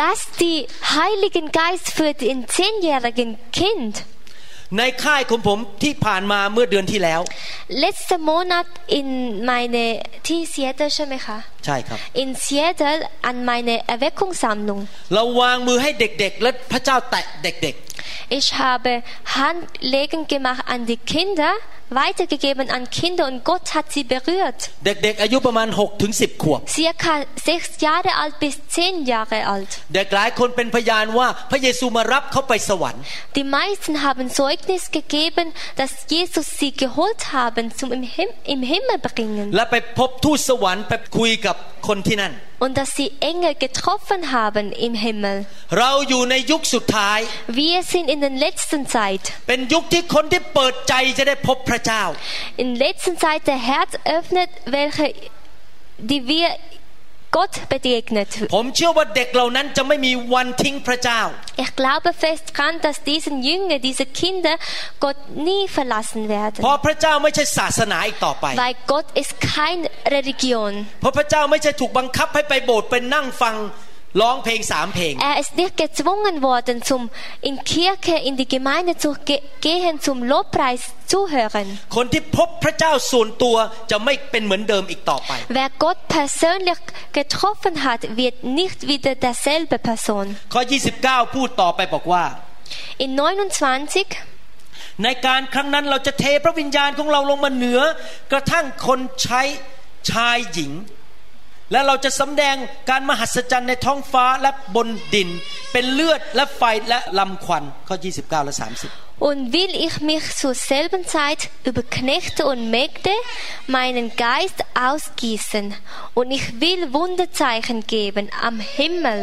[SPEAKER 4] lass die Heiligen Geist für den zehnjährigen Kind.
[SPEAKER 3] ในค่ายของผมที่ผ่านมาเมื่อเดือนที่แล้ว
[SPEAKER 4] Letzten Monat in meine die Seattle, schon mal gehabt?
[SPEAKER 3] ใช่ครับ
[SPEAKER 4] in Seattle an meine Erweckungssammlung.
[SPEAKER 3] เราวางมือให้เด็กๆ และพระเจ้าแตะเด็ก
[SPEAKER 4] Ich habe Handlegen gemacht an die Kinder, weitergegeben an Kinder und Gott hat sie berührt.
[SPEAKER 3] ๆ เด็กๆ อายุประมาณ6ถึง10 ขวบ
[SPEAKER 4] Circa sechs Jahre alt bis zehn Jahre alt.
[SPEAKER 3] เด็กหลายคนเป็นพยานว่าพระเยซูมารับเขาไปสวรรค์
[SPEAKER 4] Die meisten haben Zeugnis gegeben, dass Jesus sie geholt haben zum im, Him im Himmel bringen
[SPEAKER 3] และไปพบทูตสวรรค์ไปคุยกับคนที่นั่น
[SPEAKER 4] und dass sie Engel getroffen haben im Himmel.
[SPEAKER 3] เราอยู่ในยุคสุดท้าย
[SPEAKER 4] Wir sind in der letzten Zeit.
[SPEAKER 3] เป็นยุคที่คนที่เปิดใจจะได้พบพระเจ้า
[SPEAKER 4] In der letzten Zeit der Herz öffnet, welche die wir Gott begegnet.
[SPEAKER 3] ผมเชื่อว่าเด็กเหล่านั้นจะไม่มีวันทิ้งพระเจ้า
[SPEAKER 4] Ich glaube fest dran, dass diesen Jünger, diese Kinder Gott nie verlassen
[SPEAKER 3] เพ
[SPEAKER 4] werden.
[SPEAKER 3] ราะพระเจ้าไม่ใช่ศาสนาอีกต่อไป
[SPEAKER 4] Weil Gott ist keine Religion.
[SPEAKER 3] เพราะพระเจ้าไม่ใช่ถูกบังคับให้ไปโบสถ์เป็นนั่งฟังร้องเพลงสามเพลง
[SPEAKER 4] Er ist nicht gezwungen worden, zum in Kirche, in die Gemeinde zu ge gehen, zum Lobpreis zuhören.
[SPEAKER 3] คนที่พบพระเจ้าส่วนตัวจะไม่เป็นเหมือนเดิมอีกต่อไป
[SPEAKER 4] Wer Gott persönlich getroffen hat, wird nicht wieder derselbe Person.
[SPEAKER 3] ข้อ 29 พูดต่อไปบอกว่า
[SPEAKER 4] In 29
[SPEAKER 3] ในการครั้งนั้นเราจะเทพระวิญญาณของเราลงมาเหนือกระทั่งคนใช้ชายหญิง และเราจะสำแดงการมหัศจรรย์ในท้องฟ้าและบนดิน เป็นเลือดและไฟและลำควันข้อ 29 และ 30
[SPEAKER 4] Und will ich mich zur selben Zeit über Knechte und Mägde meinen Geist ausgießen. Und ich will Wunderzeichen geben am Himmel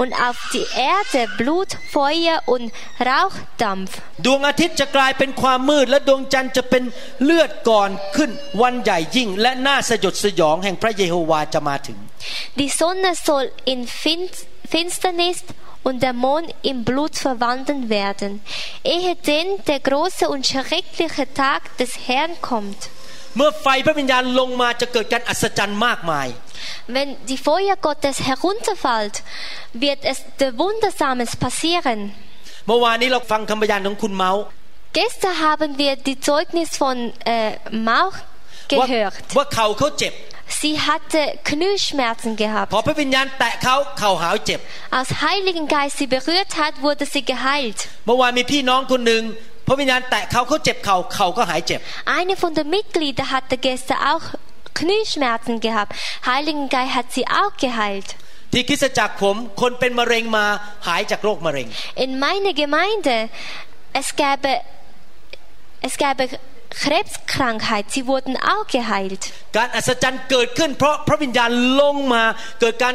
[SPEAKER 4] und auf die Erde Blut, Feuer und Rauchdampf.
[SPEAKER 3] ดวงอาทิตย์จะกลายเป็นความมืด และดวงจันทร์จะเป็นเลือดก่อนขึ้นวันใหญ่ยิ่ง และน่าสยดสยองแห่งพระเยโฮวาจะมาถึง
[SPEAKER 4] Die Sonne soll in fin Finsternis und der Mond in Blut verwandelt werden, ehe denn der große und schreckliche Tag des Herrn kommt.
[SPEAKER 3] เมื่อไฟพระวิญญาณลงมาจะเกิดการอัศจรรย์มากมาย
[SPEAKER 4] Wenn die Feuer Gottes herunterfällt, wird es der Wundersames passieren.
[SPEAKER 3] เมื่อวานนี้เราฟังคำพยานของคุณเมาส์
[SPEAKER 4] Gestern haben wir die Zeugnis von äh, Mauch
[SPEAKER 3] ว่า
[SPEAKER 4] gehört.
[SPEAKER 3] ว่าเข่าเขาเจ็บ
[SPEAKER 4] Sie hatte Knieschmerzen
[SPEAKER 3] พ
[SPEAKER 4] gehabt.
[SPEAKER 3] อพระวิญญาณแตะเขาเข่าหาวเจ็บ
[SPEAKER 4] Als Heiligen Geist sie berührt hat, wurde sie geheilt.
[SPEAKER 3] เมื่อวานมีพี่น้องคนหนึ่งพระวิญญาณแตะเขาเขาเจ็บเข่าเขาก็หายเจ็บ
[SPEAKER 4] Eine von den Mitgliedern hatte gestern auch Knieschmerzen gehabt. Heiligen Geist hat sie auch geheilt.
[SPEAKER 3] ที่คริสตจักรผมคนเป็นมะเร็งมาหายจากโรคมะเร็ง
[SPEAKER 4] In meiner Gemeinde, es gäbe, es gäbe Krebskrankheit. Sie wurden auch geheilt.
[SPEAKER 3] การอัศจรรย์เกิดขึ้น เพราะพระวิญญาณลงมาเกิดการ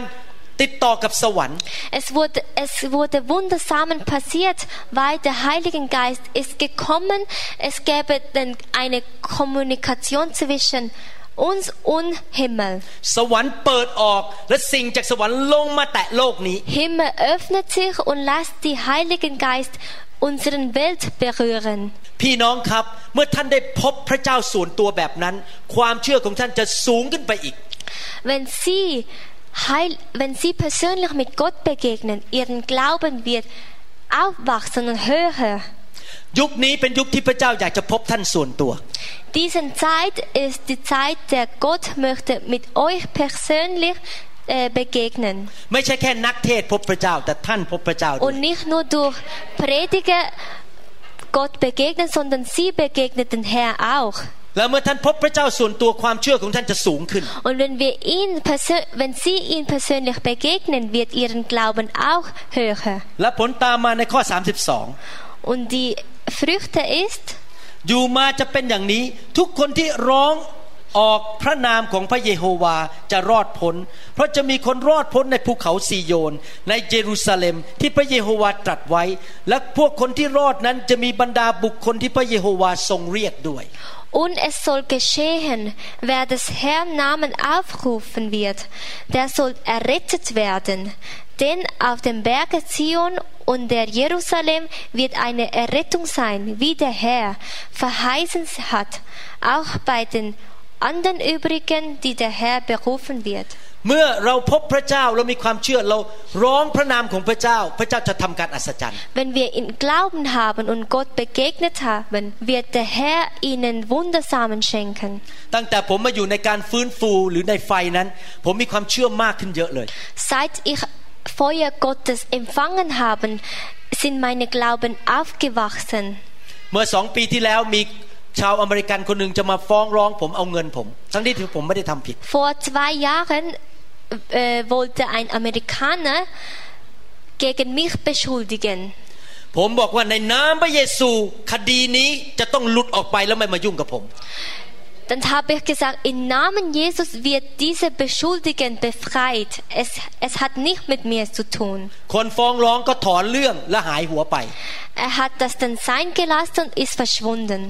[SPEAKER 3] ติดต่อกับสวรรค์
[SPEAKER 4] Es wurde, es wurde wundersamen passiert, weil der Heilige Geist ist gekommen. Es gäbe dann eine Kommunikation zwischen uns und Himmel.
[SPEAKER 3] สวรรค์เปิดออกและสิ่งจากสวรรค์ลงมาแตะโลกนี้
[SPEAKER 4] Himmel öffnet sich und lässt die Heiligen Geist unseren Welt berühren.
[SPEAKER 3] พี่น้องครับ เมื่อท่านได้พบพระเจ้าส่วนตัวแบบนั้น ความเชื่อของท่านจะสูงขึ้นไปอีก
[SPEAKER 4] Wenn Sie, heil, wenn Sie persönlich mit Gott begegnen, Ihren Glauben wird aufwachsen und höher.
[SPEAKER 3] ยุคนี้เป็นยุคที่พระเจ้าอยากจะพบท่านส่วนตัว
[SPEAKER 4] Diese Zeit ist die Zeit, der Gott möchte mit euch persönlich äh, begegnen
[SPEAKER 3] ไม่ใช่แค่นักเทศพบพระเจ้าแต่ท่านพบพระเจ้าด้วย
[SPEAKER 4] und nicht nur durch Prediger Gott begegnen, sondern Sie begegnen den Herrn auch.
[SPEAKER 3] แล้วเมื่อท่านพบพระเจ้าส่วนตัวความเชื่อของท่านจะสูงขึ้น
[SPEAKER 4] Und wenn wir ihn, persö- wenn Sie ihn persönlich begegnen, wird Ihren Glauben auch höher.
[SPEAKER 3] และผลตามมาในข้อ
[SPEAKER 4] Und die Früchte ist
[SPEAKER 3] 32 อยู่มาจะเป็นอย่างนี้ ทุกคนที่ร้องออกพระนามของพระเยโฮวาจะรอดพ้น เพราะจะมีคนรอดพ้นในภูเขาซีโยน ในเยรูซาเล็มที่พระเยโฮวาตรัสไว้ และพวกคนที่รอดนั้นจะมีบรรดาบุคคลที่พระเยโฮวาทรงเรียกด้วย
[SPEAKER 4] Und es soll geschehen, wer des Herrn Namen aufrufen wird, der soll errettet werden. Denn auf dem Berge Zion und der Jerusalem wird eine Errettung sein, wie der Herr verheißen hat, auch bei den anderen übrigen, die der Herr berufen wird.
[SPEAKER 3] เมื่อเราพบพระเจ้าเรามีความเชื่อเราร้องพระนามของพระเจ้า พระเจ้าจะทำการอัศจรรย์
[SPEAKER 4] Wenn wir ihn Glauben haben und Gott begegnet haben, wird der Herr ihnen Wundersamen schenken.
[SPEAKER 3] ตั้งแต่ผมมาอยู่ในการฟื้นฟูหรือในไฟนั้น ผมมีความเชื่อมากขึ้นเยอะเลย
[SPEAKER 4] Seit ich Feuer Gottes empfangen habe, sind meine Glauben aufgewachsen.
[SPEAKER 3] เมื่อสองปีที่แล้วมีชาวอเมริกันคนหนึ่งจะมาฟ้องร้องผมเอาเงินผม ทั้งที่ผมไม่ได้ทำผิด
[SPEAKER 4] Vor zwei Jahren äh, wollte ein Amerikaner gegen mich beschuldigen.
[SPEAKER 3] ผมบอกว่าในนามพระเยซูคดีนี้จะต้องหลุดออกไปแล้วไม่มายุ่งกับผม
[SPEAKER 4] Dann habe ich gesagt, im Namen Jesus wird dieser Beschuldigen befreit. Es, es hat nicht mit mir zu tun.
[SPEAKER 3] คนฟ้องร้องก็ถอนเรื่องและหายหัวไป
[SPEAKER 4] Er hat das dann sein gelassen und ist verschwunden.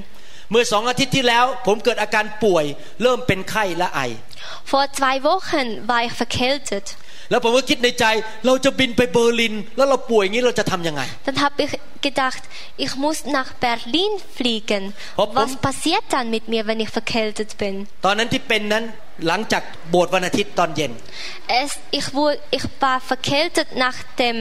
[SPEAKER 3] เมื่อสองอาทิตย์ที่แล้ว ผมเกิดอาการป่วย เริ่มเป็นไข้และไอ
[SPEAKER 4] Vor zwei Wochen war ich verkältet.
[SPEAKER 3] แล้วผมก็คิดในใจเราจะบินไปเบอร์ลิน แล้วเราป่วยอย่างนี้เราจะทำยังไง
[SPEAKER 4] Dann habe ich gedacht, ich muss nach Berlin fliegen.
[SPEAKER 3] Hopp,
[SPEAKER 4] Was
[SPEAKER 3] hopp.
[SPEAKER 4] passiert dann mit mir, wenn ich verkältet bin?
[SPEAKER 3] ตอนนั้นที่เป็นนั้นหลังจากโบสถ์วันอาทิตย์ตอนเย็น
[SPEAKER 4] Es, ich, wurde, ich war verkältet nach dem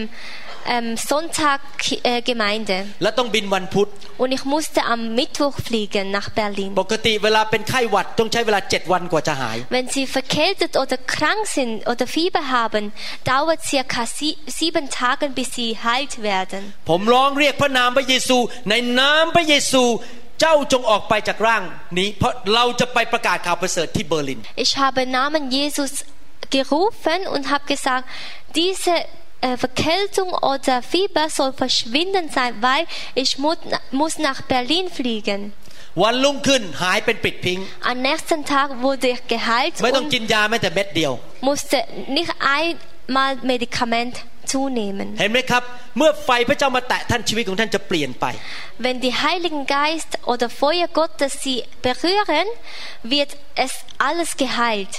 [SPEAKER 4] ähm, Sonntag äh, Gemeinde
[SPEAKER 3] และต้องบินวันพุธ
[SPEAKER 4] und ich musste am Mittwoch fliegen nach Berlin.
[SPEAKER 3] ปกติเวลาเป็นไข้หวัดต้องใช้เวลาเจ็ดวันกว่าจะหาย
[SPEAKER 4] Wenn Sie verkältet oder krank sind oder Fieber haben, dauert circa sie, sieben Tage, bis Sie heilt werden.
[SPEAKER 3] ผมร้องเรียกพระนามพระเยซู ในนามพระเยซู เจ้าจงออกไปจากร่างนี้ เพราะเราจะไปประกาศข่าวประเสริฐที่เบอร์ลิน
[SPEAKER 4] Ich habe Namen Jesus gerufen und habe gesagt, diese äh, Verkältung oder Fieber soll verschwinden sein, weil ich mu muss nach Berlin fliegen.
[SPEAKER 3] วันลุ่งขึ้นหายเป็นปิดพิง
[SPEAKER 4] Am nächsten Tag wurde ich geheilt
[SPEAKER 3] ไม่ต้อง
[SPEAKER 4] und
[SPEAKER 3] กินยาแม้แต่เม็ดเดียว
[SPEAKER 4] musste nicht einmal Medikament zunehmen.
[SPEAKER 3] เห็นไหมครับ เมื่อไฟพระเจ้ามาแตะท่านชีวิตของท่านจะเปลี่ยนไป
[SPEAKER 4] Wenn die Heiligen Geist oder Feuer Gottes sie berühren, wird es alles geheilt.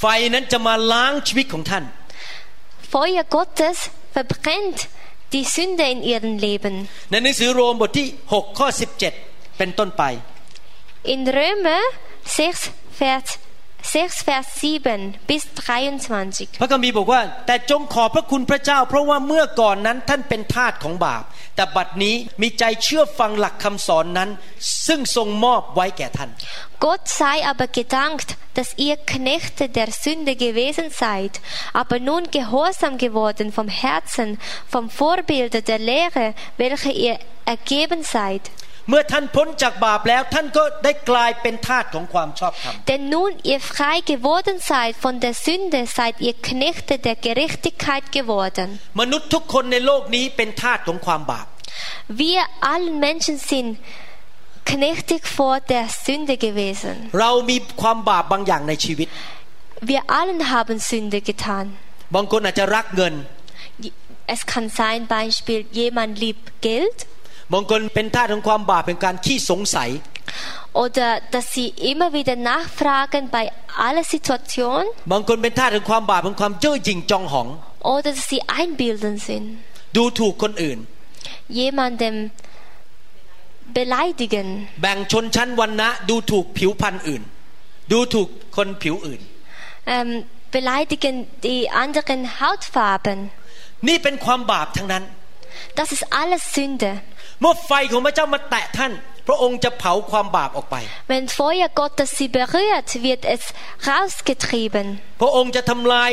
[SPEAKER 3] ไฟนั้นจะมาล้างชีวิตของท่าน
[SPEAKER 4] Feuer Gottes verbrennt die Sünde in ihrem Leben.
[SPEAKER 3] ในหนังสือโรมบทที่ 6 ข้อ 17 เป็นต้นไป
[SPEAKER 4] In Römer 6, Vers, 6, Vers 7 bis 23.
[SPEAKER 3] พระคัมภีร์บอกว่า แต่จงขอบพระคุณพระเจ้า เพราะว่าเมื่อก่อนนั้นท่านเป็นทาสของบาป แต่บัดนี้มีใจเชื่อฟังหลักคำสอนนั้น ซึ่งทรงมอบไว้แก่ท่าน
[SPEAKER 4] Gott sei aber gedankt, dass ihr Knechte der Sünde gewesen seid, aber nun gehorsam geworden vom Herzen, vom Vorbilde der Lehre, welche ihr ergeben seid.
[SPEAKER 3] เมื่อท่านพ้นจากบาปแล้วท่านก็ได้กลายเป็นทาสของความชอบธรรม
[SPEAKER 4] Denn nun ihr frei geworden seid von der Sünde, seid ihr Knechte der Gerechtigkeit geworden.
[SPEAKER 3] มนุษย์ทุกคนในโลกนี้เป็นทาสของความบาป
[SPEAKER 4] Wir allen Menschen sind knechtig vor der Sünde gewesen.
[SPEAKER 3] เรามีความบาปบางอย่างในชีวิต
[SPEAKER 4] Wir allen haben Sünde getan.
[SPEAKER 3] บางคนอาจจะรักเงิน
[SPEAKER 4] Es kann sein, Beispiel, jemand liebt Geld
[SPEAKER 3] บางคนเป็นทาสของความบาปเป็นการขี้สงสัย
[SPEAKER 4] oder dass sie immer wieder nachfragen bei aller Situation
[SPEAKER 3] บางคนเป็นทาสของความบาปเป็นความเย่อหยิ่งจองหอง
[SPEAKER 4] oder dass sie einbilden sind,
[SPEAKER 3] ดูถูกคนอื่น
[SPEAKER 4] jemandem beleidigen,
[SPEAKER 3] แบ่งชนชั้นวันนะดูถูกผิวพรรณอื่น ดูถูกคนผิวอื่น
[SPEAKER 4] ähm, beleidigen die anderen Hautfarben.
[SPEAKER 3] นี่เป็นความบาปทั้งนั้น
[SPEAKER 4] Das ist alles Sünde.
[SPEAKER 3] เมื่อไฟของพระเจ้ามาแตะท่าน พระองค์จะเผาความบาปออกไป
[SPEAKER 4] Wenn Feuer Gottes sie berührt, wird es rausgetrieben.
[SPEAKER 3] พระองค์จะทำลาย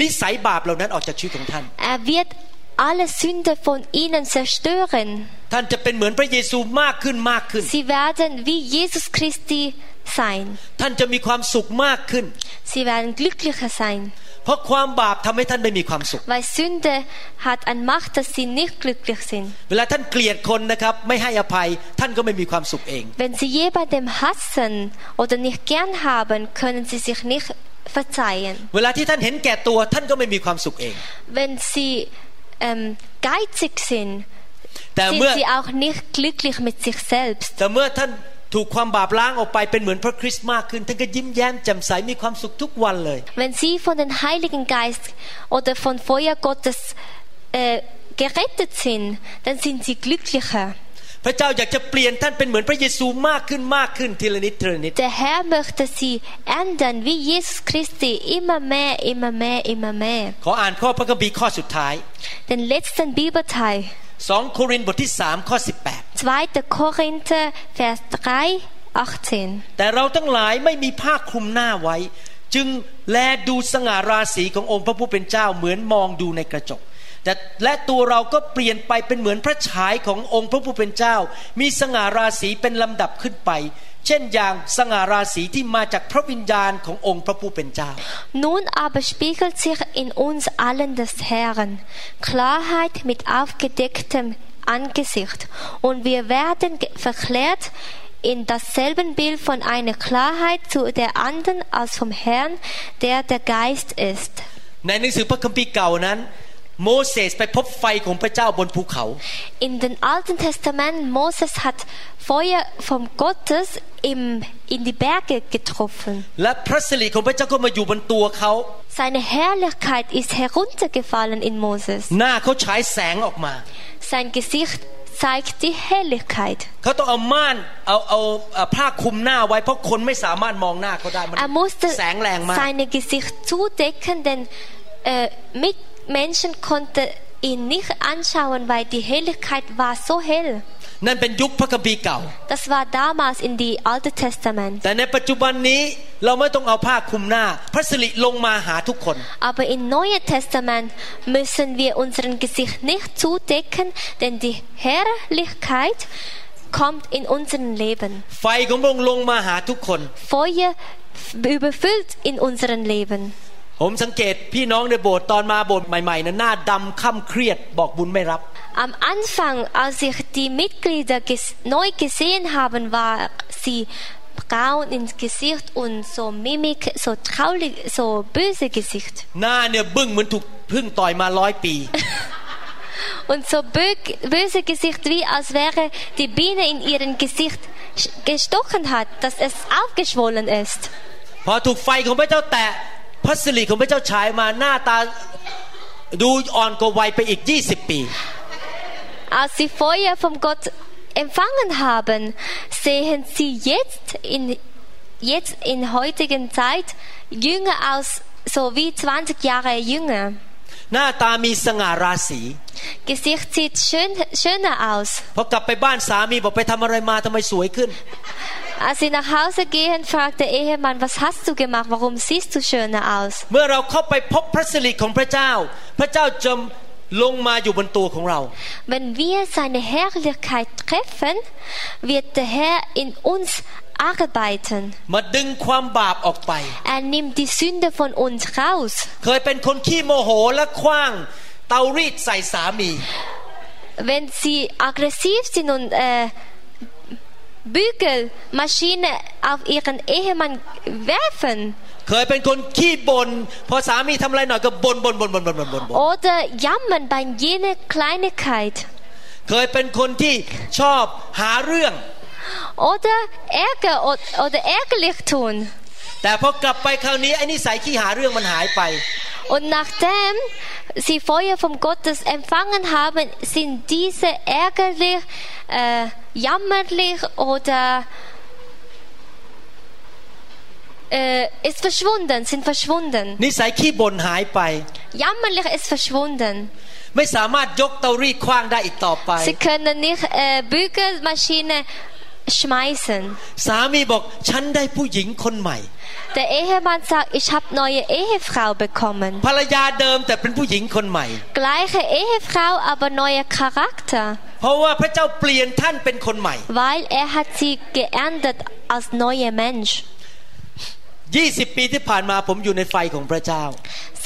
[SPEAKER 3] นิสัยบาปเหล่านั้นออกจากชีวิตของท่าน
[SPEAKER 4] Er wird alle Sünde von ihnen zerstören.
[SPEAKER 3] ท่านจะเป็นเหมือนพระเยซูมากขึ้นมากขึ้น
[SPEAKER 4] Sie werden wie Jesus Christi sein.
[SPEAKER 3] ท่านจะมีความสุขมากขึ้น
[SPEAKER 4] Sie werden glücklicher sein,
[SPEAKER 3] เพราะความบาปทำให้ท่านไม่มีความสุข
[SPEAKER 4] weil Sünde hat eine Macht, dass sie nicht glücklich sind.
[SPEAKER 3] เวลาท่านเกลียดคนนะครับไม่ให้อภัยท่านก็ไม่มีความสุขเอง
[SPEAKER 4] Wenn sie jemandem hassen oder nicht gern haben, können sie sich nicht verzeihen.
[SPEAKER 3] เวลาที่ท่านเห็นแก่ตัวท่านก็ไม่มีความสุขเอง
[SPEAKER 4] Wenn sie ähm, geizig sind,
[SPEAKER 3] แต่
[SPEAKER 4] sind
[SPEAKER 3] เมื่อ
[SPEAKER 4] sie auch nicht glücklich mit sich selbst.
[SPEAKER 3] แต่เมื่อท่านถูกความบาปล้างออกไปเป็นเหมือนพระคริสต์มากขึ้น ท่านก็ยิ้มแย้มแจ่มใสมีความสุขทุกวันเลย
[SPEAKER 4] Wenn sie von dem Heiligen Geist oder von Feuer Gottes äh, gerettet sind, dann sind sie glücklicher.
[SPEAKER 3] พระเจ้าอยากจะเปลี่ยนท่านเป็นเหมือนพระเยซูมากขึ้นมากขึ้นทีละนิดทีละนิด
[SPEAKER 4] Der Herr möchte sie ändern, wie Jesus Christi, immer mehr, immer mehr, immer mehr.
[SPEAKER 3] ขออ่านข้อพระคัมภีร์ข้อสุดท้าย
[SPEAKER 4] Den letzten Bibelteil,
[SPEAKER 3] 2 โครินธ์บทที่ 3 ข้อ
[SPEAKER 4] 2. Korinther, Vers 3, 18.
[SPEAKER 3] 18 แต่เราทั้งหลายไม่มีผ้าคลุมหน้าไว้ จึงแลดูสง่าราศีขององค์พระผู้เป็นเจ้าเหมือนมองดูในกระจก แต่และตัวเราก็เปลี่ยนไปเป็นเหมือนพระฉายขององค์พระผู้เป็นเจ้า มีสง่าราศีเป็นลำดับขึ้นไป เช่นอย่างสง่าราศีที่มาจากพระวิญญาณขององค์พระผู้เป็นเจ้า
[SPEAKER 4] Nun aber spiegelt sich in uns allen des Herrn Klarheit mit aufgedecktem Angesicht, und wir werden ge- verklärt in dasselben Bild von einer Klarheit zu der anderen als vom Herrn, der der Geist ist.
[SPEAKER 3] ในหนังสือพระคัมภีร์เก่านั้น โมเสสไปพบไฟของพระเจ้าบนภูเขา
[SPEAKER 4] In dem Alten Testament Moses hat Feuer vom Gottes im, in die Berge getroffen.
[SPEAKER 3] และพระสิริของพระเจ้าก็มาอยู่บนตัวเขา
[SPEAKER 4] Seine Herrlichkeit ist heruntergefallen in Moses.
[SPEAKER 3] หน้าเขาฉายแสงออกมา
[SPEAKER 4] Sein Gesicht zeigt die Herrlichkeit.
[SPEAKER 3] เขาต้องเอาม่านเอาเอาเอาผ้าคลุมหน้าไว้เพราะคนไม่สามารถมองหน้าเขาได้มัน
[SPEAKER 4] Er musste
[SPEAKER 3] แสงแรงมาก
[SPEAKER 4] sein Gesicht zudecken, denn äh, Mitmenschen konnten ihn nicht anschauen, weil die Herrlichkeit war so hell.
[SPEAKER 3] นั่นเป็นยุคพระคัมภีร์เก่า
[SPEAKER 4] Das war damals in die Alte Testament.
[SPEAKER 3] แต่ในปัจจุบันนี้เราไม่ต้องเอาผ้าคลุมหน้า พระสิริลงมาหาทุกคน
[SPEAKER 4] Aber im Neuen Testament müssen wir unseren Gesicht nicht zudecken, denn die Herrlichkeit kommt in unserem Leben.
[SPEAKER 3] ไฟของพระองค์ลงมาหาทุกคน
[SPEAKER 4] Feuer überfüllt in unserem Leben.
[SPEAKER 3] ผมสังเกตพี่น้องในโบสถ์ตอนมาโบสถ์ใหม่ๆนะหน้าดำค่ำเครียดบอกบุญไม่รับ
[SPEAKER 4] Am Anfang, als ich die Mitglieder ges neu gesehen habe, war sie braun ins Gesicht und so Mimik, so traurig, so böse Gesicht
[SPEAKER 3] หน้าเนี่ยบึ้งเหมือนถูกพึ่งต่อยมาร้อยปี
[SPEAKER 4] und so bö- böse Gesicht, wie als wäre die Biene in ihrem Gesicht sch- gestochen hat, dass es aufgeschwollen ist.
[SPEAKER 3] พอถูกไฟของพระเจ้าแตะพระสิริของพระเจ้าฉายมาหน้าตาดูอ่อนกว่าวัยไปอีก 20 ปี
[SPEAKER 4] Als sie Feuer vom Gott empfangen haben, sehen sie jetzt in, jetzt in heutigen Zeit jünger aus, so wie 20 Jahre jünger.
[SPEAKER 3] หน้าตามีสง่าราศี
[SPEAKER 4] Gesicht sieht schön, schöner aus.
[SPEAKER 3] พอกลับไปบ้านสามีบอกไปทำอะไรมาทำไมสวยขึ้น
[SPEAKER 4] Als sie nach Hause gehen, fragt der Ehemann, was hast du gemacht? Warum siehst du schöner aus?
[SPEAKER 3] เมื่อเราเข้าไปพบพระสิริของพระเจ้า พระเจ้าจะลงมาอยู่บนตัวของเรา
[SPEAKER 4] Wenn wir seine Herrlichkeit treffen, wird der Herr in uns arbeiten.
[SPEAKER 3] มาดึงความบาปออกไป
[SPEAKER 4] Er nimmt die Sünde von uns raus.
[SPEAKER 3] เคยเป็นคนขี้โมโหและคว้างเตารีดใส่สามี
[SPEAKER 4] Wenn sie aggressiv sind und äh, Bügelmaschine auf ihren Ehemann werfen
[SPEAKER 3] เคยเป็นคนขี้บน่นพอสามีทำอะไรหน่อยก็บน่นบน่นบน่นบน่นบน่นบน่นบน
[SPEAKER 4] oder jammern bei jener Kleinigkeit
[SPEAKER 3] เคยเป็นคนที่ชอบหาเรื่อง
[SPEAKER 4] oder Ärger o- oder ärgerlich tun.
[SPEAKER 3] แต่พอกลับไปคราวนี้ไอ้นิสัยขี้หาเรื่องมันหายไป
[SPEAKER 4] Und nachdem sie Feuer vom Gottes empfangen haben, sind diese ärgerlich, äh, jammerlich oder äh, ist verschwunden, sind verschwunden.
[SPEAKER 3] นิสัยขี้บ่นหายไป
[SPEAKER 4] Jammerlich ist verschwunden.
[SPEAKER 3] ไม่สามารถยกเตารีดคว้างได้อีกต่อไป
[SPEAKER 4] Sie können nicht äh, Bügelmaschine schmeißen.
[SPEAKER 3] สามีบอกฉันได้ผู้หญิงคนใหม่
[SPEAKER 4] Der Ehemann sagt, ich habe neue Ehefrau bekommen.
[SPEAKER 3] ภรรยาเดิมแต่เป็นผู้หญิงคนใหม่
[SPEAKER 4] Gleiche Ehefrau, aber neuer Charakter,
[SPEAKER 3] เพราะว่าพระเจ้าเปลี่ยนท่านเป็นคนใหม่
[SPEAKER 4] weil er hat sie geändert als neuer Mensch.
[SPEAKER 3] 20 ปีที่ผ่านมาผมอยู่ในไฟของพระเจ้า